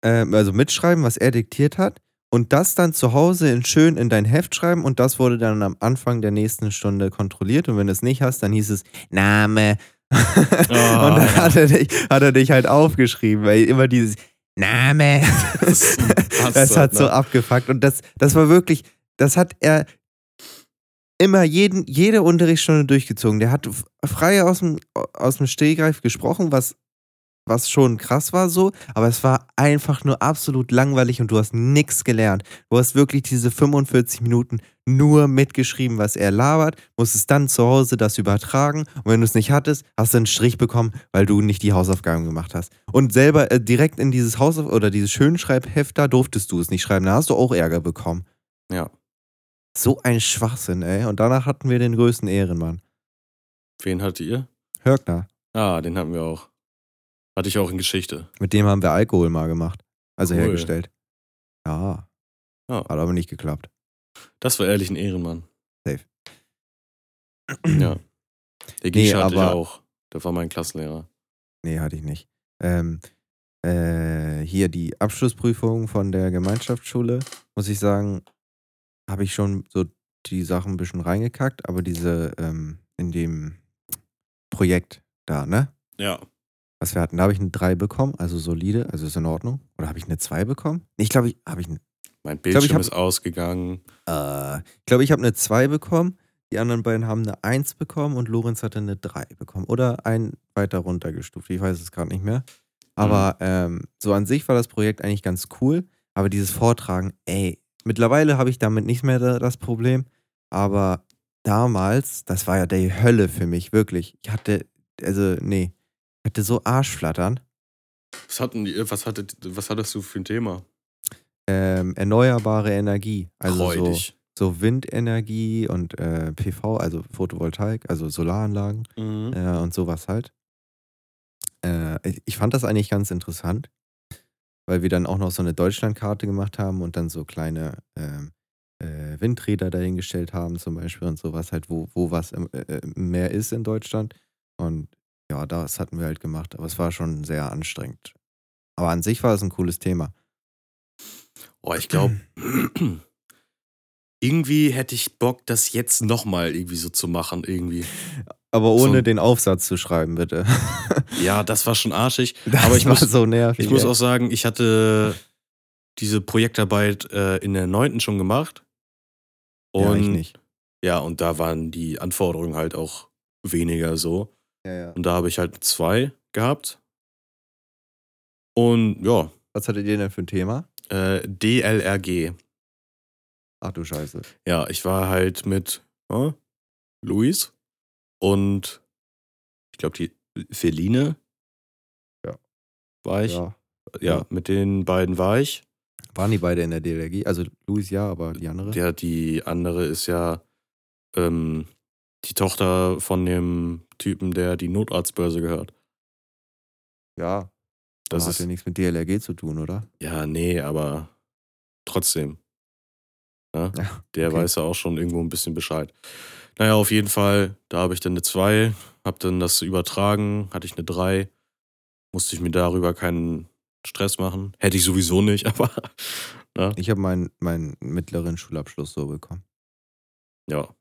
ähm, also mitschreiben, was er diktiert hat. Und das dann zu Hause in schön in dein Heft schreiben und das wurde dann am Anfang der nächsten Stunde kontrolliert. Und wenn du es nicht hast, dann hieß es Name. und dann
ja.
hat er, dich, hat er dich halt aufgeschrieben, weil immer dieses Name.
ist ein
Das
Bastard,
hat
ne?
so abgefuckt. Und das, das war wirklich, das hat er immer jeden, jede Unterrichtsstunde durchgezogen. Der hat f- frei aus dem, aus dem Stehgreif gesprochen, was, was schon krass war so, aber es war einfach nur absolut langweilig und du hast nichts gelernt. Du hast wirklich diese 45 Minuten nur mitgeschrieben, was er labert, musstest dann zu Hause das übertragen und wenn du es nicht hattest, hast du einen Strich bekommen, weil du nicht die Hausaufgaben gemacht hast. Und selber äh, direkt in dieses Hausauf oder dieses Schönschreibheft da durftest du es nicht schreiben, da hast du auch Ärger bekommen.
Ja,
So ein Schwachsinn, ey. Und danach hatten wir den größten Ehrenmann.
wen hattet ihr?
Hörgner.
Ah, den hatten wir auch. Hatte ich auch in Geschichte.
Mit dem haben wir Alkohol mal gemacht. Also
Cool.
hergestellt. Ja.
Ja.
Hat aber nicht geklappt.
Das war ehrlich ein Ehrenmann.
Safe.
Ja. Der Gisha
Nee,
hatte ich
aber-
auch. Der war mein Klassenlehrer.
Nee, hatte ich nicht. Ähm, äh, hier die Abschlussprüfung von der Gemeinschaftsschule, muss ich sagen, habe ich schon so die Sachen ein bisschen reingekackt, aber diese ähm, in dem Projekt da, ne?
Ja.
Was wir hatten, da habe ich eine 3 bekommen, also solide, also ist in Ordnung. Oder habe ich eine 2 bekommen? Nee, Ich glaube, ich habe ich eine
Mein
glaub,
Bildschirm
ich hab-
ist ausgegangen.
Äh, ich glaube, ich habe eine 2 bekommen. Die anderen beiden haben eine 1 bekommen und Lorenz hatte eine 3 bekommen. Oder ein weiter runtergestuft. Ich weiß es gerade nicht mehr. Aber ähm, so an sich war das Projekt eigentlich ganz cool. Aber dieses Vortragen, ey, mittlerweile habe ich damit nicht mehr da- das Problem. Aber damals, das war ja die Hölle für mich, wirklich. Ich hatte, also, nee, ich hatte so Arschflattern.
Was, hatten die, äh, was, hattet, was hattest du für ein Thema?
Ähm, erneuerbare Energie. Also so,
Freudig.
so Windenergie und äh, PV, also Photovoltaik, also Solaranlagen
Mhm.
äh, und sowas halt. Äh, ich- ich fand das eigentlich ganz interessant, weil wir dann auch noch so eine Deutschlandkarte gemacht haben und dann so kleine ähm, äh, Windräder dahingestellt haben zum Beispiel und sowas halt, wo, wo was im, äh, im Meer ist in Deutschland. Und ja, das hatten wir halt gemacht, aber es war schon sehr anstrengend. Aber an sich war es ein cooles Thema.
Oh, ich glaube, irgendwie hätte ich Bock, das jetzt nochmal irgendwie so zu machen. Irgendwie.
Aber
So
ohne
ein-
den Aufsatz zu schreiben, bitte.
Ja, das war schon arschig.
Das
Aber ich
war
muss-
so nervig.
Ich muss
ey.
auch sagen, ich hatte diese Projektarbeit äh, in der neunten schon gemacht. Und
ja, ich nicht.
Ja, und da waren die Anforderungen halt auch weniger so.
Ja, ja.
Und da habe ich halt zwei gehabt. Und ja,
Was hattet ihr denn für ein Thema?
äh, DLRG.
Ach du Scheiße.
Ja, ich war halt mit äh, Luis und ich glaube die Feline.
Ja.
War ich. Ja.
Ja. ja.
mit den beiden war ich.
Waren die beide in der DLRG? Also Luis ja, aber die andere?
Ja, die andere ist ja ähm, die Tochter von dem Typen, der die Notarztbörse gehört.
ja.
Das
Das hat
ist
ja nichts mit DLRG zu tun, oder?
Ja, nee, aber trotzdem. Ne?
Ja,
Der
okay.
weiß ja auch schon irgendwo ein bisschen Bescheid. Naja, auf jeden Fall, da habe ich dann eine 2, habe dann das übertragen, hatte ich eine 3, musste ich mir darüber keinen Stress machen. Hätte ich sowieso nicht, aber ne?
Ich habe meinen meinen mittleren Schulabschluss so bekommen.
ja.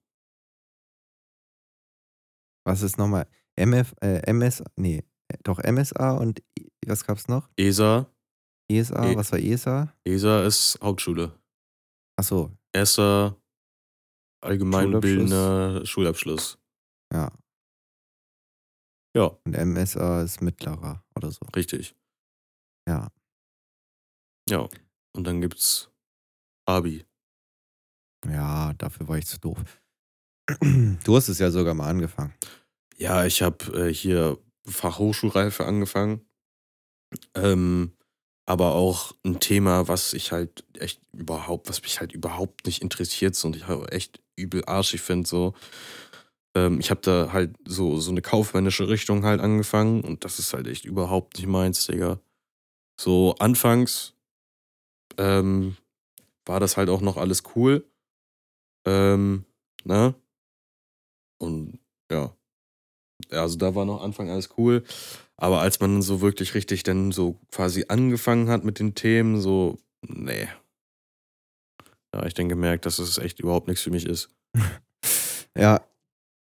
Was ist nochmal? MF, äh, MS, nee, äh, doch MSA und I- was gab's noch?
ESA,
ESA,
E-
was war ESA?
ESA ist Hauptschule.
Achso,
Erster allgemeinbildender Schulabschluss.
ja.
Ja,
Und MSA ist mittlerer oder so.
richtig.
Ja.
Ja. Und dann gibt's Abi.
Ja, dafür war ich zu doof. Du hast es ja sogar mal angefangen.
Ja, ich habe äh, hier Fachhochschulreife angefangen. Ähm, aber auch ein Thema, was ich halt echt überhaupt, was mich halt überhaupt nicht interessiert so und ich halt echt übel arschig finde. So. Ähm, ich habe da halt so, so eine kaufmännische Richtung halt angefangen und das ist halt echt überhaupt nicht meins, Digga. So anfangs ähm, war das halt auch noch alles cool. Ähm, ne? Und ja also da war noch Anfang alles cool. Aber als man so wirklich richtig dann so quasi angefangen hat mit den Themen, so, nee. Da habe ich dann gemerkt, dass es echt überhaupt nichts für mich ist.
Ja,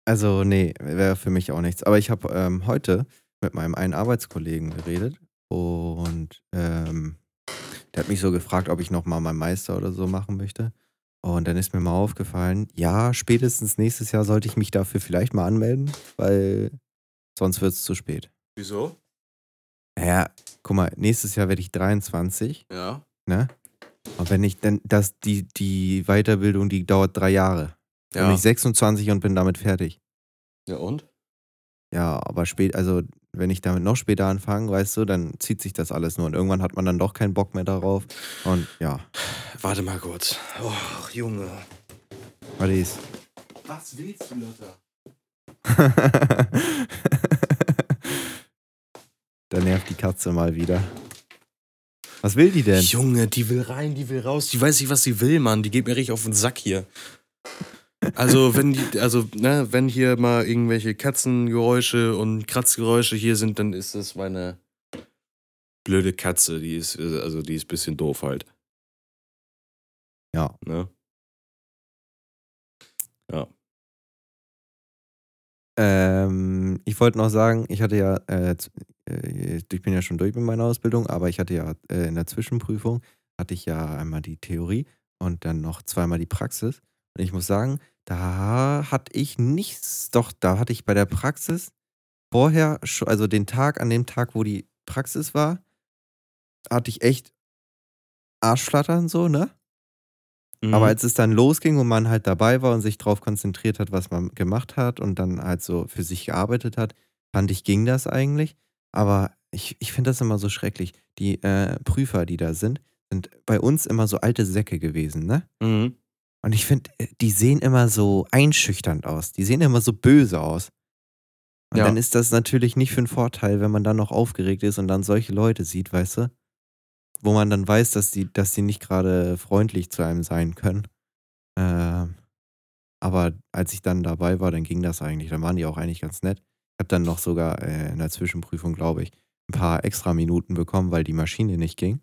also nee, wäre für mich auch nichts. Aber ich habe ähm, heute mit meinem einen Arbeitskollegen geredet und ähm, der hat mich so gefragt, ob ich nochmal meinen Meister oder so machen möchte. Und dann ist mir mal aufgefallen, ja, spätestens nächstes Jahr sollte ich mich dafür vielleicht mal anmelden, weil sonst wird es zu spät.
Wieso?
Naja, guck mal, nächstes Jahr werde ich 23,
Ja.
ne? Und wenn ich dann, das, die, die Weiterbildung, die dauert drei Jahre. Dann bin
Ja.
ich 26 und bin damit fertig.
ja, und?
Ja, aber spät, also wenn ich damit noch später anfange, weißt du, dann zieht sich das alles nur und irgendwann hat man dann doch keinen Bock mehr darauf. Und ja,
Warte mal kurz. Och, Junge.
Adies.
Was willst du, Lotta?
da nervt die Katze mal wieder. Was will die denn?
Junge, die will rein, die will raus. Die weiß nicht, was sie will, Mann. Die geht mir richtig auf den Sack hier. Also, wenn die, also, ne, wenn hier mal irgendwelche Katzengeräusche und Kratzgeräusche hier sind, dann ist das meine blöde Katze. Die ist, äh, also, die ist ein bisschen doof halt,
Ja,
ne?
ähm, ich wollte noch sagen, ich hatte ja, äh, z- äh, ich bin ja schon durch mit meiner Ausbildung, aber ich hatte ja äh, in der Zwischenprüfung, hatte ich ja einmal die Theorie und dann noch zweimal die Praxis. Und ich muss sagen, da hatte ich nichts, doch, da hatte ich bei der Praxis vorher, scho- also den Tag, an dem Tag, wo die Praxis war, hatte ich echt Arschflattern so, ne?
Mhm.
Aber als es dann losging und man halt dabei war und sich darauf konzentriert hat, was man gemacht hat und dann halt so für sich gearbeitet hat, fand ich, ging das eigentlich. Aber ich, ich finde das immer so schrecklich. Die äh, Prüfer, die da sind, sind bei uns immer so alte Säcke gewesen, ne?
Mhm.
Und ich finde, äh, die sehen immer so einschüchternd aus. Die sehen immer so böse aus. Und
Ja.
dann ist das natürlich nicht für einen Vorteil, wenn man dann noch aufgeregt ist und dann solche Leute sieht, weißt du? Wo man dann weiß, dass die, dass die nicht gerade freundlich zu einem sein können. Ähm, aber als ich dann dabei war, dann ging das eigentlich. Dann waren die auch eigentlich ganz nett. Ich habe dann noch sogar äh, in der Zwischenprüfung, glaube ich, ein paar extra Minuten bekommen, weil die Maschine nicht ging.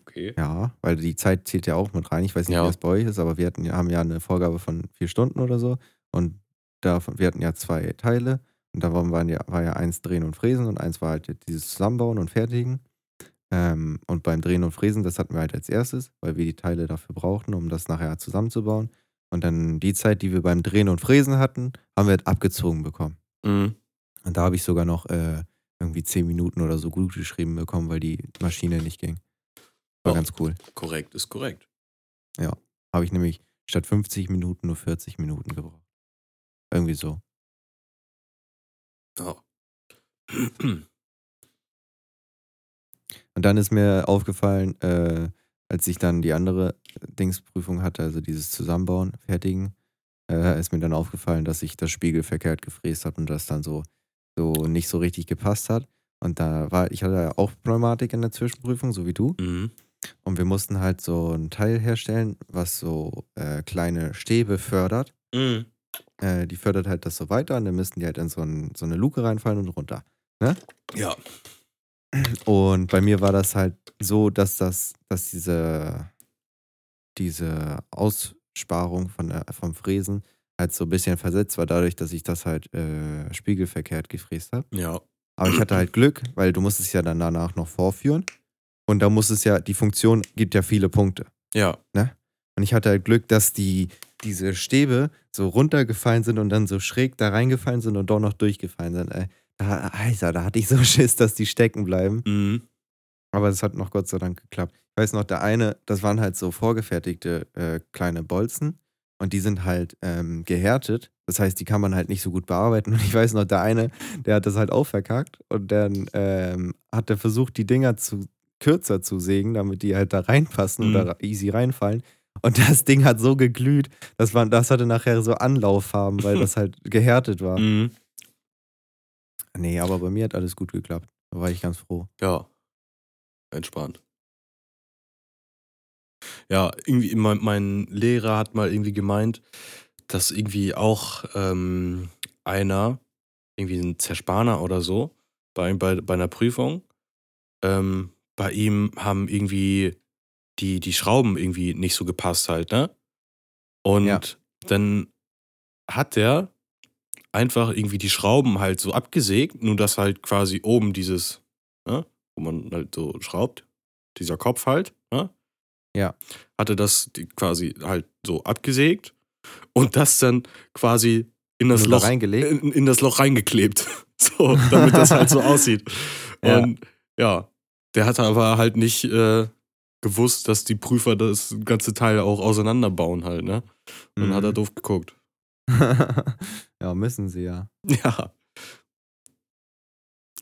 Okay.
Ja, weil die Zeit zählt ja auch mit rein. Ich weiß nicht,
Ja.
wie das bei euch ist, aber wir hatten, ja- haben ja eine Vorgabe von vier Stunden oder so. Und davon, wir hatten ja zwei Teile. Und da waren, waren ja, war ja eins Drehen und Fräsen und eins war halt dieses Zusammenbauen und Fertigen. Ähm, und beim Drehen und Fräsen, das hatten wir halt als erstes, weil wir die Teile dafür brauchten, um das nachher zusammenzubauen. Und dann die Zeit, die wir beim Drehen und Fräsen hatten, haben wir halt abgezogen bekommen.
Mhm.
Und da habe ich sogar noch äh, irgendwie zehn Minuten oder so gut geschrieben bekommen, weil die Maschine nicht ging. War
Ja.
ganz cool.
Korrekt ist korrekt.
habe ich nämlich statt 50 Minuten nur 40 Minuten gebraucht. Irgendwie so.
Ja.
Und dann ist mir aufgefallen, äh, als ich dann die andere Dingsprüfung hatte, also dieses Zusammenbauen, Fertigen, äh, ist mir dann aufgefallen, dass ich das Spiegel verkehrt gefräst habe und das dann so, so nicht so richtig gepasst hat. Und da war, ich hatte ja auch Pneumatik in der Zwischenprüfung, so wie du.
mhm.
Und wir mussten halt so ein Teil herstellen, was so äh, kleine Stäbe fördert.
Mhm.
Äh, die fördert halt das so weiter und dann müssten die halt in so, ein, so eine Luke reinfallen und runter.
Ja.
Und bei mir war das halt so, dass das, dass diese, diese Aussparung von der, vom Fräsen halt so ein bisschen versetzt war, dadurch, dass ich das halt äh, spiegelverkehrt gefräst habe.
Ja.
Aber ich hatte halt Glück, weil du musst es ja dann danach noch vorführen. Und da muss es ja, die Funktion gibt ja viele Punkte.
Ja.
Und ich hatte halt Glück, dass die, diese Stäbe so runtergefallen sind und dann so schräg da reingefallen sind und doch noch durchgefallen sind. Ey, da, Alter, da hatte ich so Schiss, dass die stecken bleiben.
Mhm.
Aber es hat noch Gott sei Dank geklappt. Ich weiß noch, der eine, das waren halt so vorgefertigte äh, kleine Bolzen und die sind halt ähm, gehärtet. Das heißt, die kann man halt nicht so gut bearbeiten. Und ich weiß noch, der eine, der hat das halt auch verkackt und dann ähm, hat er versucht, die Dinger zu kürzer zu sägen, damit die halt da reinpassen
Mhm.
oder ra- easy reinfallen. Und das Ding hat so geglüht, dass man, das hatte nachher so Anlauffarben, weil das halt gehärtet war.
Mhm.
Nee, aber bei mir hat alles gut geklappt. Da war ich ganz froh.
Ja. Entspannt. Ja, irgendwie, mein, mein Lehrer hat mal irgendwie gemeint, dass irgendwie auch ähm, einer, irgendwie ein Zerspaner oder so, bei, bei, bei einer Prüfung, ähm, bei ihm haben irgendwie die, die Schrauben irgendwie nicht so gepasst halt, ne? Und
Ja.
dann hat der einfach irgendwie die Schrauben halt so abgesägt, nur dass halt quasi oben dieses, ne, wo man halt so schraubt, dieser Kopf halt, ne?
Ja.
Hatte das die- quasi halt so abgesägt und das dann quasi in das
Nur
Loch
da reingelegt.
Äh, in, in das Loch reingeklebt. So, damit das halt so aussieht.
Ja.
Und ja, der hatte aber halt nicht äh, gewusst, dass die Prüfer das ganze Teil auch auseinanderbauen halt, ne? Und dann hat er
Mhm.
doof geguckt.
ja, müssen sie ja.
Ja.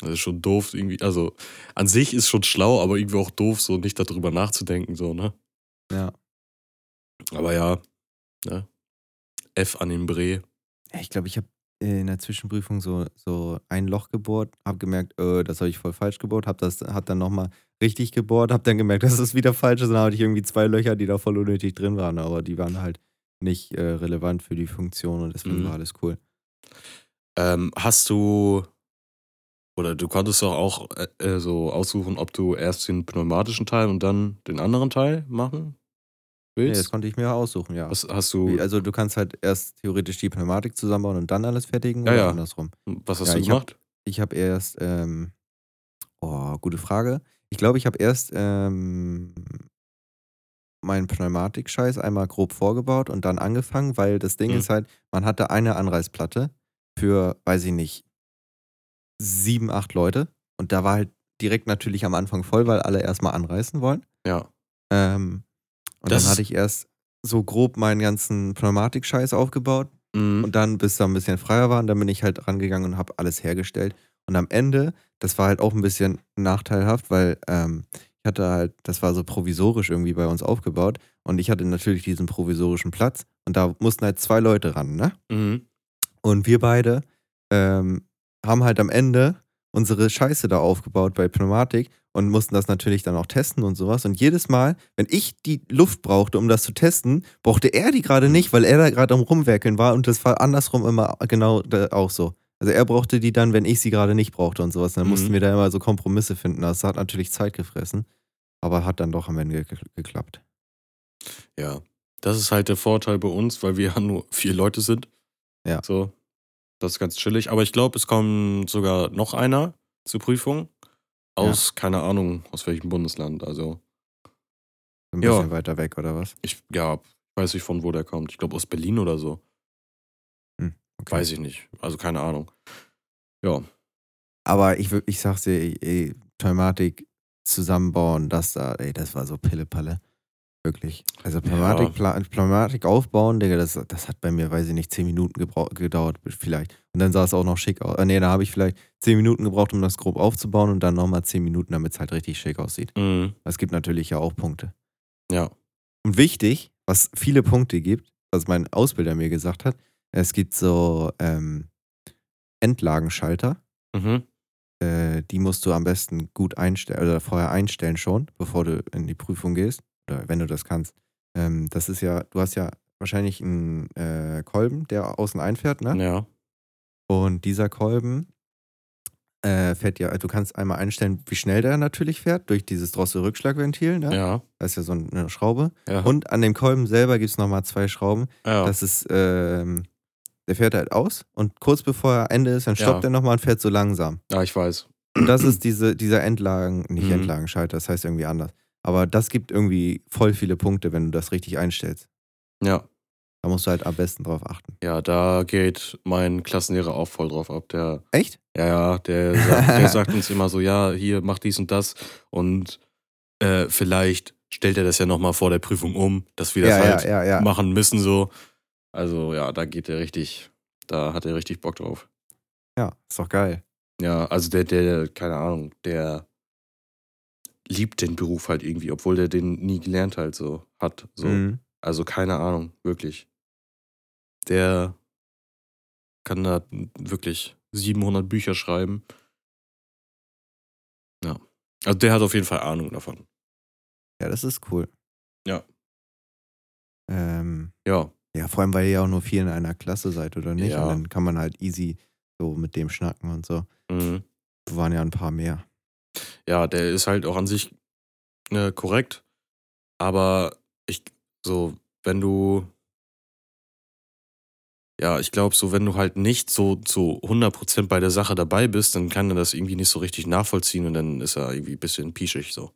Das ist schon doof irgendwie. Also an sich ist schon schlau, aber irgendwie auch doof, so nicht darüber nachzudenken, so, ne?
Ja.
Aber ja, ne? F an den Bre.
Ja, Ich glaube, ich habe in der Zwischenprüfung so, so ein Loch gebohrt, habe gemerkt, äh, das habe ich voll falsch gebohrt, habe das hab dann nochmal richtig gebohrt, habe dann gemerkt, dass es wieder falsch ist. Dann hatte ich irgendwie zwei Löcher, die da voll unnötig drin waren, aber die waren halt nicht äh, relevant für die Funktion und deswegen
Mhm.
war alles cool.
Ähm, hast du oder du konntest doch auch äh, äh, so aussuchen, ob du erst den pneumatischen Teil und dann den anderen Teil machen
Ja, das
willst?
konnte ich mir aussuchen, ja.
was hast du?
Wie- Also du kannst halt erst theoretisch die Pneumatik zusammenbauen und dann alles fertigen
Ja,
oder
ja.
andersrum.
Was hast
Ja,
du
ich hab-
gemacht?
Ich habe erst, ähm, oh, gute Frage. Ich glaube, ich habe erst ähm, meinen Pneumatikscheiß einmal grob vorgebaut und dann angefangen, weil das Ding
Hm.
ist halt, man hatte eine Anreißplatte für, weiß ich nicht, sieben, acht Leute. Und da war halt direkt natürlich am Anfang voll, weil alle erstmal anreißen wollen.
ja.
Ähm, und
Das
dann hatte
ist-
ich erst so grob meinen ganzen Pneumatikscheiß aufgebaut.
Mhm.
Und dann, bis da ein bisschen freier war, und dann bin ich halt rangegangen und habe alles hergestellt. Und am Ende, das war halt auch ein bisschen nachteilhaft, weil ähm, ich hatte halt, das war so provisorisch irgendwie bei uns aufgebaut. Und ich hatte natürlich diesen provisorischen Platz. Und da mussten halt zwei Leute ran, ne?
mhm.
Und wir beide ähm, haben halt am Ende unsere Scheiße da aufgebaut bei Pneumatik und mussten das natürlich dann auch testen und sowas. Und jedes Mal, wenn ich die Luft brauchte, um das zu testen, brauchte er die
Mhm.
gerade nicht, weil er da gerade am Rumwerkeln war und das war andersrum immer genau da auch so. Also er brauchte die dann, wenn ich sie gerade nicht brauchte und sowas. Dann
Mhm.
mussten wir da immer so Kompromisse finden. Das hat natürlich Zeit gefressen, aber hat dann doch am Ende ge- geklappt.
Ja. Das ist halt der Vorteil bei uns, weil wir ja nur vier Leute sind.
Ja.
So. Das ist ganz chillig. Aber ich glaube, es kommt sogar noch einer zur Prüfung. Aus, keine Ahnung, aus welchem Bundesland. Also,
So Ein
Ja.
bisschen weiter weg oder was?
ich, ja, weiß nicht, von wo der kommt. Ich glaube, aus Berlin oder so.
Okay.
Weiß ich nicht. Also keine Ahnung. Ja.
Aber ich, wür- ich sag's dir, ey, ey, Pneumatik zusammenbauen, das da, ey, das war so Pillepalle. Wirklich. Also Pneumatik, Pla- Pneumatik aufbauen, Digga, das, das hat bei mir, weiß ich nicht, 10 Minuten gebrau- gedauert, vielleicht. Und dann sah es auch noch schick aus. Äh, nee, da habe ich vielleicht 10 Minuten gebraucht, um das grob aufzubauen und dann nochmal 10 Minuten, damit es halt richtig schick aussieht.
Mhm.
Es gibt natürlich ja auch Punkte.
Ja.
Und wichtig, was viele Punkte gibt, was mein Ausbilder mir gesagt hat, es gibt so ähm, Endlagenschalter.
Mhm.
äh, die musst du am besten gut einstellen oder vorher einstellen schon, bevor du in die Prüfung gehst oder wenn du das kannst. Ähm, das ist ja, du hast ja wahrscheinlich einen äh, Kolben, der außen einfährt, ne?
Ja.
Und dieser Kolben äh, fährt ja, du kannst einmal einstellen, wie schnell der natürlich fährt durch dieses Drossel-Rückschlagventil, ne?
Ja.
Da ist ja so eine Schraube.
Ja.
Und an dem Kolben selber gibt es nochmal zwei Schrauben.
ja.
Das ist, ähm, der fährt halt aus und kurz bevor er Ende ist, dann
Ja.
stoppt er nochmal und fährt so langsam.
ja, ich weiß.
Und das ist diese, dieser Endlagen, nicht
Mhm.
Endlagenschalter, das heißt irgendwie anders. Aber das gibt irgendwie voll viele Punkte, wenn du das richtig einstellst.
Ja.
Da musst du halt am besten drauf achten.
Ja, da geht mein Klassenlehrer auch voll drauf ab. Der,
Echt?
ja, ja, der, sagt, der sagt uns immer so, ja, hier, mach dies und das. Und äh, vielleicht stellt er das ja nochmal vor der Prüfung um, dass wir das
ja,
halt
ja, ja, ja.
machen müssen so. Also ja, da geht er richtig, da hat er richtig Bock drauf.
Ja, ist doch geil.
Ja, also der, der, keine Ahnung, der liebt den Beruf halt irgendwie, obwohl der den nie gelernt halt so hat. So.
Mhm.
Also keine Ahnung, wirklich. Der kann da wirklich 700 Bücher schreiben. Ja. Also der hat auf jeden Fall Ahnung davon.
Ja, das ist cool.
Ja.
Ähm,
Ja,
ja, vor allem, weil ihr ja auch nur vier in einer Klasse seid, oder nicht?
Ja.
Und dann kann man halt easy so mit dem schnacken und so.
mhm.
Wir waren ja ein paar mehr.
ja, der ist halt auch an sich äh, korrekt. Aber ich, so, wenn du, ja, ich glaube, so, wenn du halt nicht so zu 100% bei der Sache dabei bist, dann kann er das irgendwie nicht so richtig nachvollziehen und dann ist er irgendwie ein bisschen pieschig so.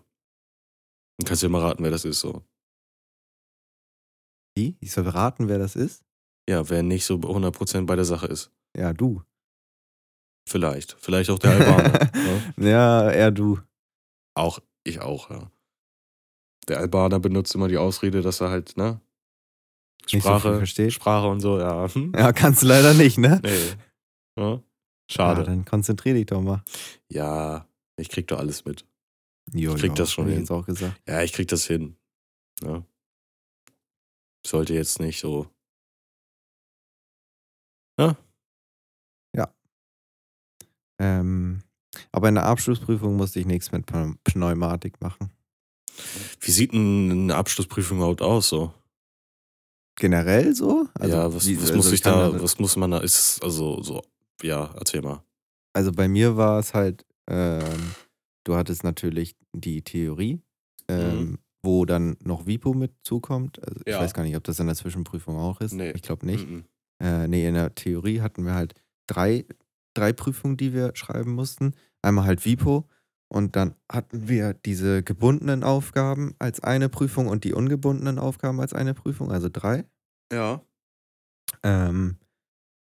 Dann kannst du ja mal raten, wer das ist so.
Wie? Ich soll raten, wer das ist?
Ja, wer nicht so 100% bei der Sache ist.
Ja, du.
Vielleicht. Vielleicht auch der Albaner. ne?
Ja, eher du.
Auch, ich auch, ja. Der Albaner benutzt immer die Ausrede, dass er halt, ne?
Nicht so viel
Sprache,
versteht.
Sprache und so, ja. Hm?
Ja, kannst du leider nicht, ne?
Nee. Ja?
Ja,
Schade.
dann konzentrier dich doch mal.
Ja, ich krieg doch alles mit.
Jo,
Ich krieg
jo,
das schon
hab ich
hin.
jetzt auch gesagt.
Ja, ich krieg das hin. Ja. Sollte jetzt nicht so.
Ähm, aber in der Abschlussprüfung musste ich nichts mit Pneum- Pneumatik machen.
Wie sieht denn eine Abschlussprüfung überhaupt aus so?
Generell so?
ja, was,
wie-
was
also
muss ich
kann
da, was muss man da, ist es also so, ja, erzähl mal.
Also bei mir war es halt, ähm, du hattest natürlich die Theorie, ähm,
Mhm.
wo dann noch Vipo mit zukommt. Also ich
Ja.
weiß gar nicht, ob das in der Zwischenprüfung auch ist.
Nee.
Ich glaube nicht.
Mhm.
Äh, nee, in der Theorie hatten wir halt drei, drei Prüfungen, die wir schreiben mussten. Einmal halt Vipo und dann hatten wir diese gebundenen Aufgaben als eine Prüfung und die ungebundenen Aufgaben als eine Prüfung, also drei.
Ja.
Ähm,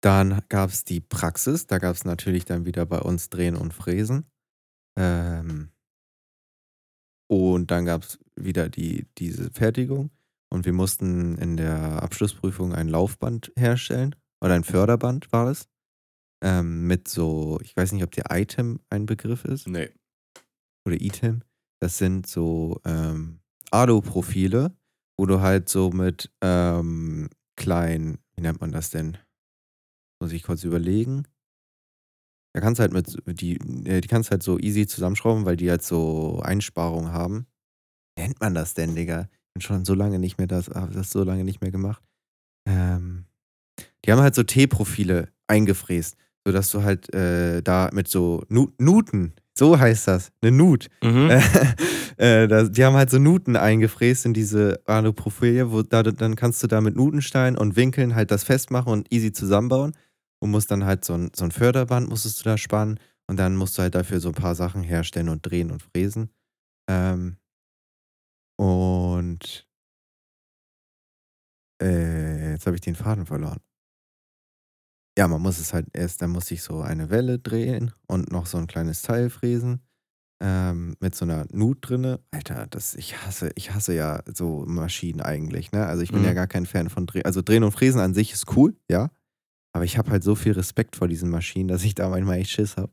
dann gab es die Praxis, da gab es natürlich dann wieder bei uns Drehen und Fräsen. Ähm, und dann gab es wieder die, diese Fertigung. Und wir mussten in der Abschlussprüfung ein Laufband herstellen oder ein Förderband war es. Ähm, mit so, ich weiß nicht, ob der Item ein Begriff ist
Nee.
oder Item. Das sind so ähm, Ado-Profile, wo du halt so mit ähm, kleinen, wie nennt man das denn? Muss ich kurz überlegen. Da kannst du halt mit, so- die, äh, die kannst du halt so easy zusammenschrauben, weil die halt so Einsparungen haben. Wie nennt man das denn, Digga? Ich bin schon so lange nicht mehr das, habe das so lange nicht mehr gemacht. Ähm, die haben halt so T-Profile eingefräst, sodass du halt äh, da mit so Nu- Nuten, so heißt das, eine Nut,
Mhm.
äh, da, die haben halt so Nuten eingefräst in diese Aluprofilie, wo da, dann kannst du da mit Nutenstein und Winkeln halt das festmachen und easy zusammenbauen und musst dann halt so ein, so ein Förderband musstest du da spannen und dann musst du halt dafür so ein paar Sachen herstellen und drehen und fräsen. Ähm, und äh, jetzt habe ich den Faden verloren. Ja, man muss es halt erst, dann muss ich so eine Welle drehen und noch so ein kleines Teil fräsen ähm, mit so einer Nut drinne. Alter, das, ich hasse, ich hasse ja so Maschinen eigentlich, ne? Also ich bin
Mhm.
ja gar kein Fan von Drehen. Also Drehen und Fräsen an sich ist cool, ja. Aber ich habe halt so viel Respekt vor diesen Maschinen, dass ich da manchmal echt Schiss habe.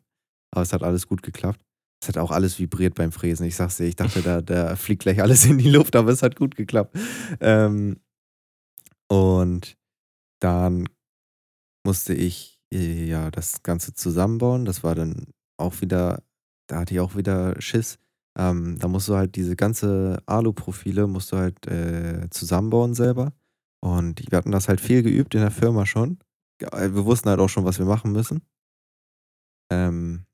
Aber es hat alles gut geklappt. Es hat auch alles vibriert beim Fräsen. Ich sag's dir, ich dachte, da, da fliegt gleich alles in die Luft, aber es hat gut geklappt. Ähm, und dann musste ich äh, ja das Ganze zusammenbauen. Das war dann auch wieder, da hatte ich auch wieder Schiss. Ähm, da musst du halt diese ganze Alu-Profile musst du halt äh, zusammenbauen selber. Und wir hatten das halt viel geübt in der Firma schon. Ja, äh, Wir wussten halt auch schon, was wir machen müssen. Ähm,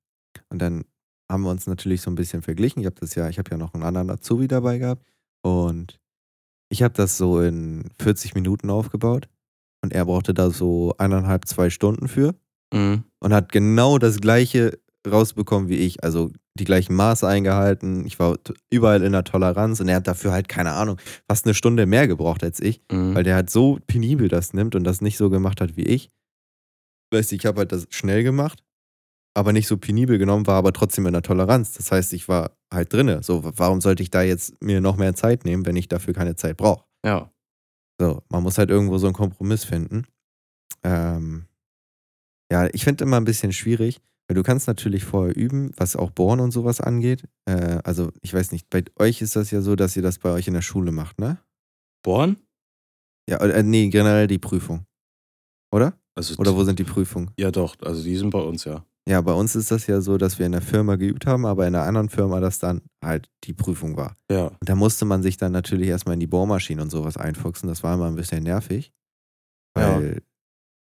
und dann haben wir uns natürlich so ein bisschen verglichen. Ich habe das ja, ich habe ja noch einen anderen Azubi dabei gehabt. Und ich habe das so in 40 Minuten aufgebaut. Und er brauchte da so eineinhalb, zwei Stunden für
Mhm.
und hat genau das gleiche rausbekommen wie ich. Also die gleichen Maße eingehalten. Ich war t- überall in der Toleranz und er hat dafür halt, keine Ahnung, fast eine Stunde mehr gebraucht als ich,
Mhm.
weil der halt so penibel das nimmt und das nicht so gemacht hat wie ich. Weißt du, ich habe halt das schnell gemacht, aber nicht so penibel genommen, war aber trotzdem in der Toleranz. Das heißt, ich war halt drinne. So, w- warum sollte ich da jetzt mir noch mehr Zeit nehmen, wenn ich dafür keine Zeit brauche?
ja.
So, man muss halt irgendwo so einen Kompromiss finden. Ähm, ja, ich finde immer ein bisschen schwierig, weil du kannst natürlich vorher üben, was auch Born und sowas angeht. Äh, also, ich weiß nicht, bei euch ist das ja so, dass ihr das bei euch in der Schule macht, ne?
Born?
Ja, äh, nee, generell die Prüfung. Oder?
Also
Oder wo sind die Prüfungen?
Ja, doch. Also die sind bei uns, ja.
Ja, bei uns ist das ja so, dass wir in der Firma geübt haben, aber in einer anderen Firma das dann halt die Prüfung war.
Ja.
Und da musste man sich dann natürlich erstmal in die Bohrmaschine und sowas einfuchsen. Das war immer ein bisschen nervig.
Ja.
Weil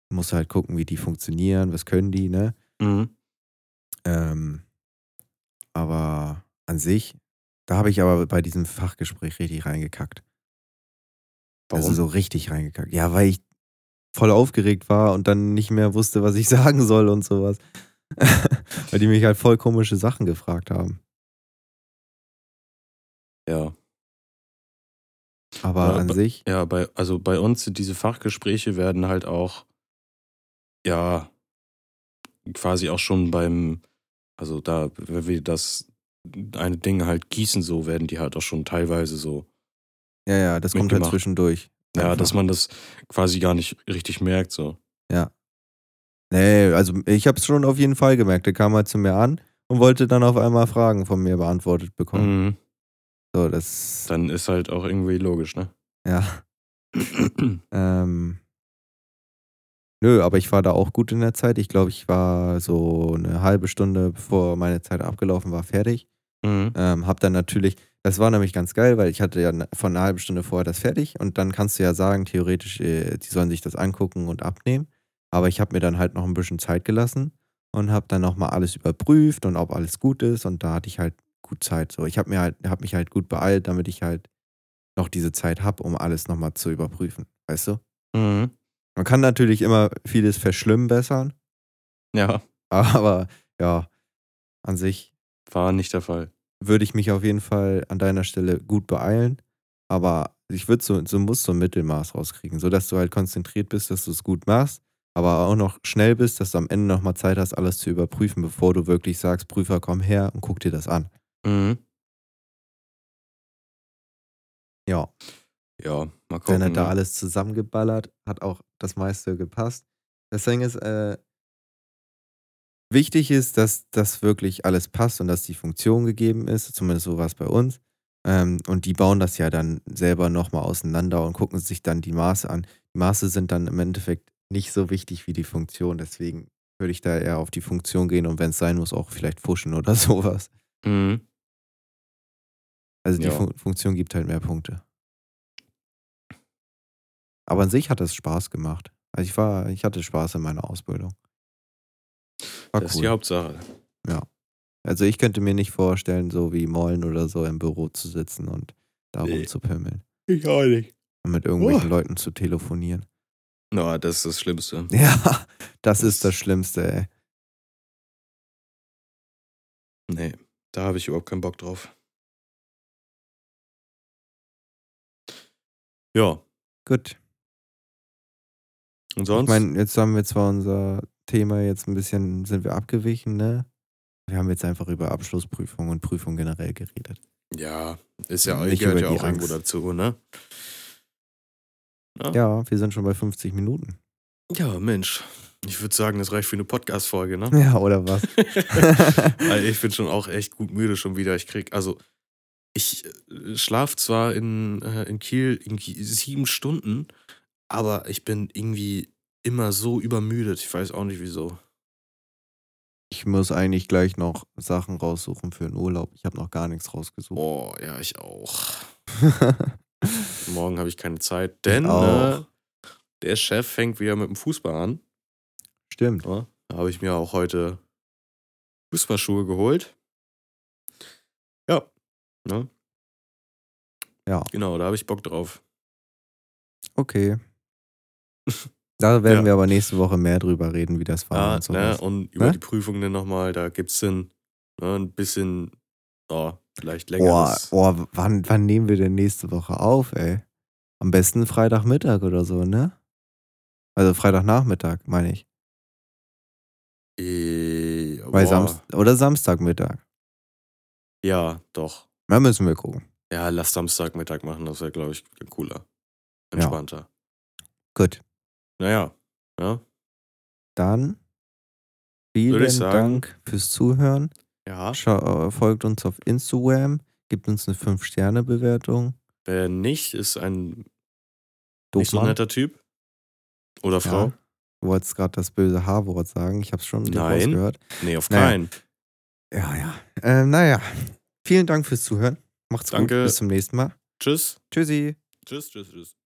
du musst halt gucken, wie die funktionieren, was können die, ne?
Mhm.
Ähm, aber an sich, da habe ich aber bei diesem Fachgespräch richtig reingekackt. Also
Warum?
so richtig reingekackt. Ja, weil ich voll aufgeregt war und dann nicht mehr wusste, was ich sagen soll und sowas. weil die mich halt voll komische Sachen gefragt haben.
Ja.
Aber
Ja,
an
aber-
sich,
Ja, bei, also bei uns sind diese Fachgespräche werden halt auch, ja, quasi auch schon beim, also da, wenn wir das eine Dinge halt gießen, so werden die halt auch schon teilweise so.
ja, ja, das kommt halt
mitgemacht.
zwischendurch.
Ja,
Einfach.
dass man das quasi gar nicht richtig merkt, so.
Nee, also ich habe es schon auf jeden Fall gemerkt. Der kam halt zu mir an und wollte dann auf einmal Fragen von mir beantwortet bekommen.
Mhm.
So, das.
Dann ist halt auch irgendwie logisch, ne? Mhm.
Ja. Ähm, nö, aber ich war da auch gut in der Zeit. Ich glaube, ich war so eine halbe Stunde, bevor meine Zeit abgelaufen war, fertig.
mhm.
Ähm, hab dann natürlich, das war nämlich ganz geil, weil ich hatte ja ne- von einer halben Stunde vorher das fertig und dann kannst du ja sagen, theoretisch, äh, die sollen sich das angucken und abnehmen. Aber ich habe mir dann halt noch ein bisschen Zeit gelassen und habe dann nochmal alles überprüft und ob alles gut ist und da hatte ich halt gut Zeit. So, ich habe mir halt, hab mich halt gut beeilt, damit ich halt noch diese Zeit habe, um alles nochmal zu überprüfen. Weißt du?
Mhm.
Man kann natürlich immer vieles verschlimmbessern,
Ja,
aber ja, an sich
war nicht der Fall.
würde ich mich auf jeden Fall an deiner Stelle gut beeilen. Aber ich würde so, so muss so ein Mittelmaß rauskriegen, sodass du halt konzentriert bist, dass du es gut machst, aber auch noch schnell bist, dass du am Ende nochmal Zeit hast, alles zu überprüfen, bevor du wirklich sagst, Prüfer, komm her und guck dir das an.
Mhm.
Ja,
Ja, mal gucken.
dann hat da
ne?
alles zusammengeballert, hat auch das meiste gepasst. Das Ding ist, äh, wichtig ist, dass das wirklich alles passt und dass die Funktion gegeben ist, zumindest so war es bei uns. Ähm, und die bauen das ja dann selber nochmal auseinander und gucken sich dann die Maße an. Die Maße sind dann im Endeffekt nicht so wichtig wie die Funktion, deswegen würde ich da eher auf die Funktion gehen und wenn es sein muss, auch vielleicht fuschen oder sowas.
Mhm.
Also die
Ja.
Fun Funktion gibt halt mehr Punkte. Aber an sich hat das Spaß gemacht. Also ich war, ich hatte Spaß in meiner Ausbildung. War
Das ist die
cool.
Hauptsache.
Also ich könnte mir nicht vorstellen, so wie Mollen oder so im Büro zu sitzen und da
Nee.
rumzupimmeln
Ich auch nicht.
und mit irgendwelchen Leuten zu telefonieren.
Na, das ist das Schlimmste.
Ja, das ist
Das-
das Schlimmste, ey.
Nee, da habe ich überhaupt keinen Bock drauf. Ja,
Gut.
und
Ich
sonst?
meine, jetzt haben wir zwar unser Thema jetzt ein bisschen, sind wir abgewichen, ne? Wir haben jetzt einfach über Abschlussprüfung und Prüfung generell geredet.
Ja, ist ja
Nicht
gehört
über
ja
die
auch irgendwo
Angst.
dazu, ne? Ja.
Ja, wir sind schon bei 50 Minuten.
Ja, Mensch. Ich würde sagen, das reicht für eine Podcast-Folge, ne?
Ja, oder was?
Weil ich bin schon auch echt gut müde schon wieder. Ich krieg, also ich äh, schlaf zwar in, äh, in Kiel irgendwie sieben Stunden, aber ich bin irgendwie immer so übermüdet. Ich weiß auch nicht wieso.
Ich muss eigentlich gleich noch Sachen raussuchen für den Urlaub. Ich habe noch gar nichts rausgesucht.
Boah, ja, ich auch. Oh. Morgen habe ich keine Zeit, denn
auch.
äh, der Chef fängt wieder mit dem Fußball an.
Stimmt.
Ja, da habe ich mir auch heute Fußballschuhe geholt. Ja. Ne?
Ja.
Genau, da habe ich Bock drauf.
Okay. Da werden
Ja.
wir aber nächste Woche mehr drüber reden, wie das war.
Ja,
und
ne?
sowas.
Und über
Ne?
die Prüfungen dann nochmal, da gibt es dann ne, ein bisschen, ja, vielleicht
Boah,
längeres.
boah wann, wann nehmen wir denn nächste Woche auf, ey? Am besten Freitagmittag oder so, ne? Also Freitagnachmittag, meine ich.
Eh,
Weil
boah.
Samst oder Samstagmittag.
Ja, doch.
Da müssen wir gucken.
Ja, lass Samstagmittag machen, das wäre, glaube ich, cooler. Entspannter.
Gut,
Naja, ne? ja.
dann vielen
sagen-
Dank fürs Zuhören.
Ja.
Schau, äh, folgt uns auf Instagram, gibt uns eine 5-Sterne-Bewertung.
Wer Äh, nicht, ist ein
Doof,
nicht so
Mann.
netter Typ. Oder Frau.
Ja. Du wolltest gerade das böse H-Wort sagen. Ich habe es schon nicht
Nein.
rausgehört.
Nee, auf
Naja.
keinen.
Ja, ja. Ähm, naja, vielen Dank fürs Zuhören. Macht's
Danke.
gut. Bis zum nächsten Mal.
Tschüss.
Tschüssi.
Tschüss, tschüss, tschüss.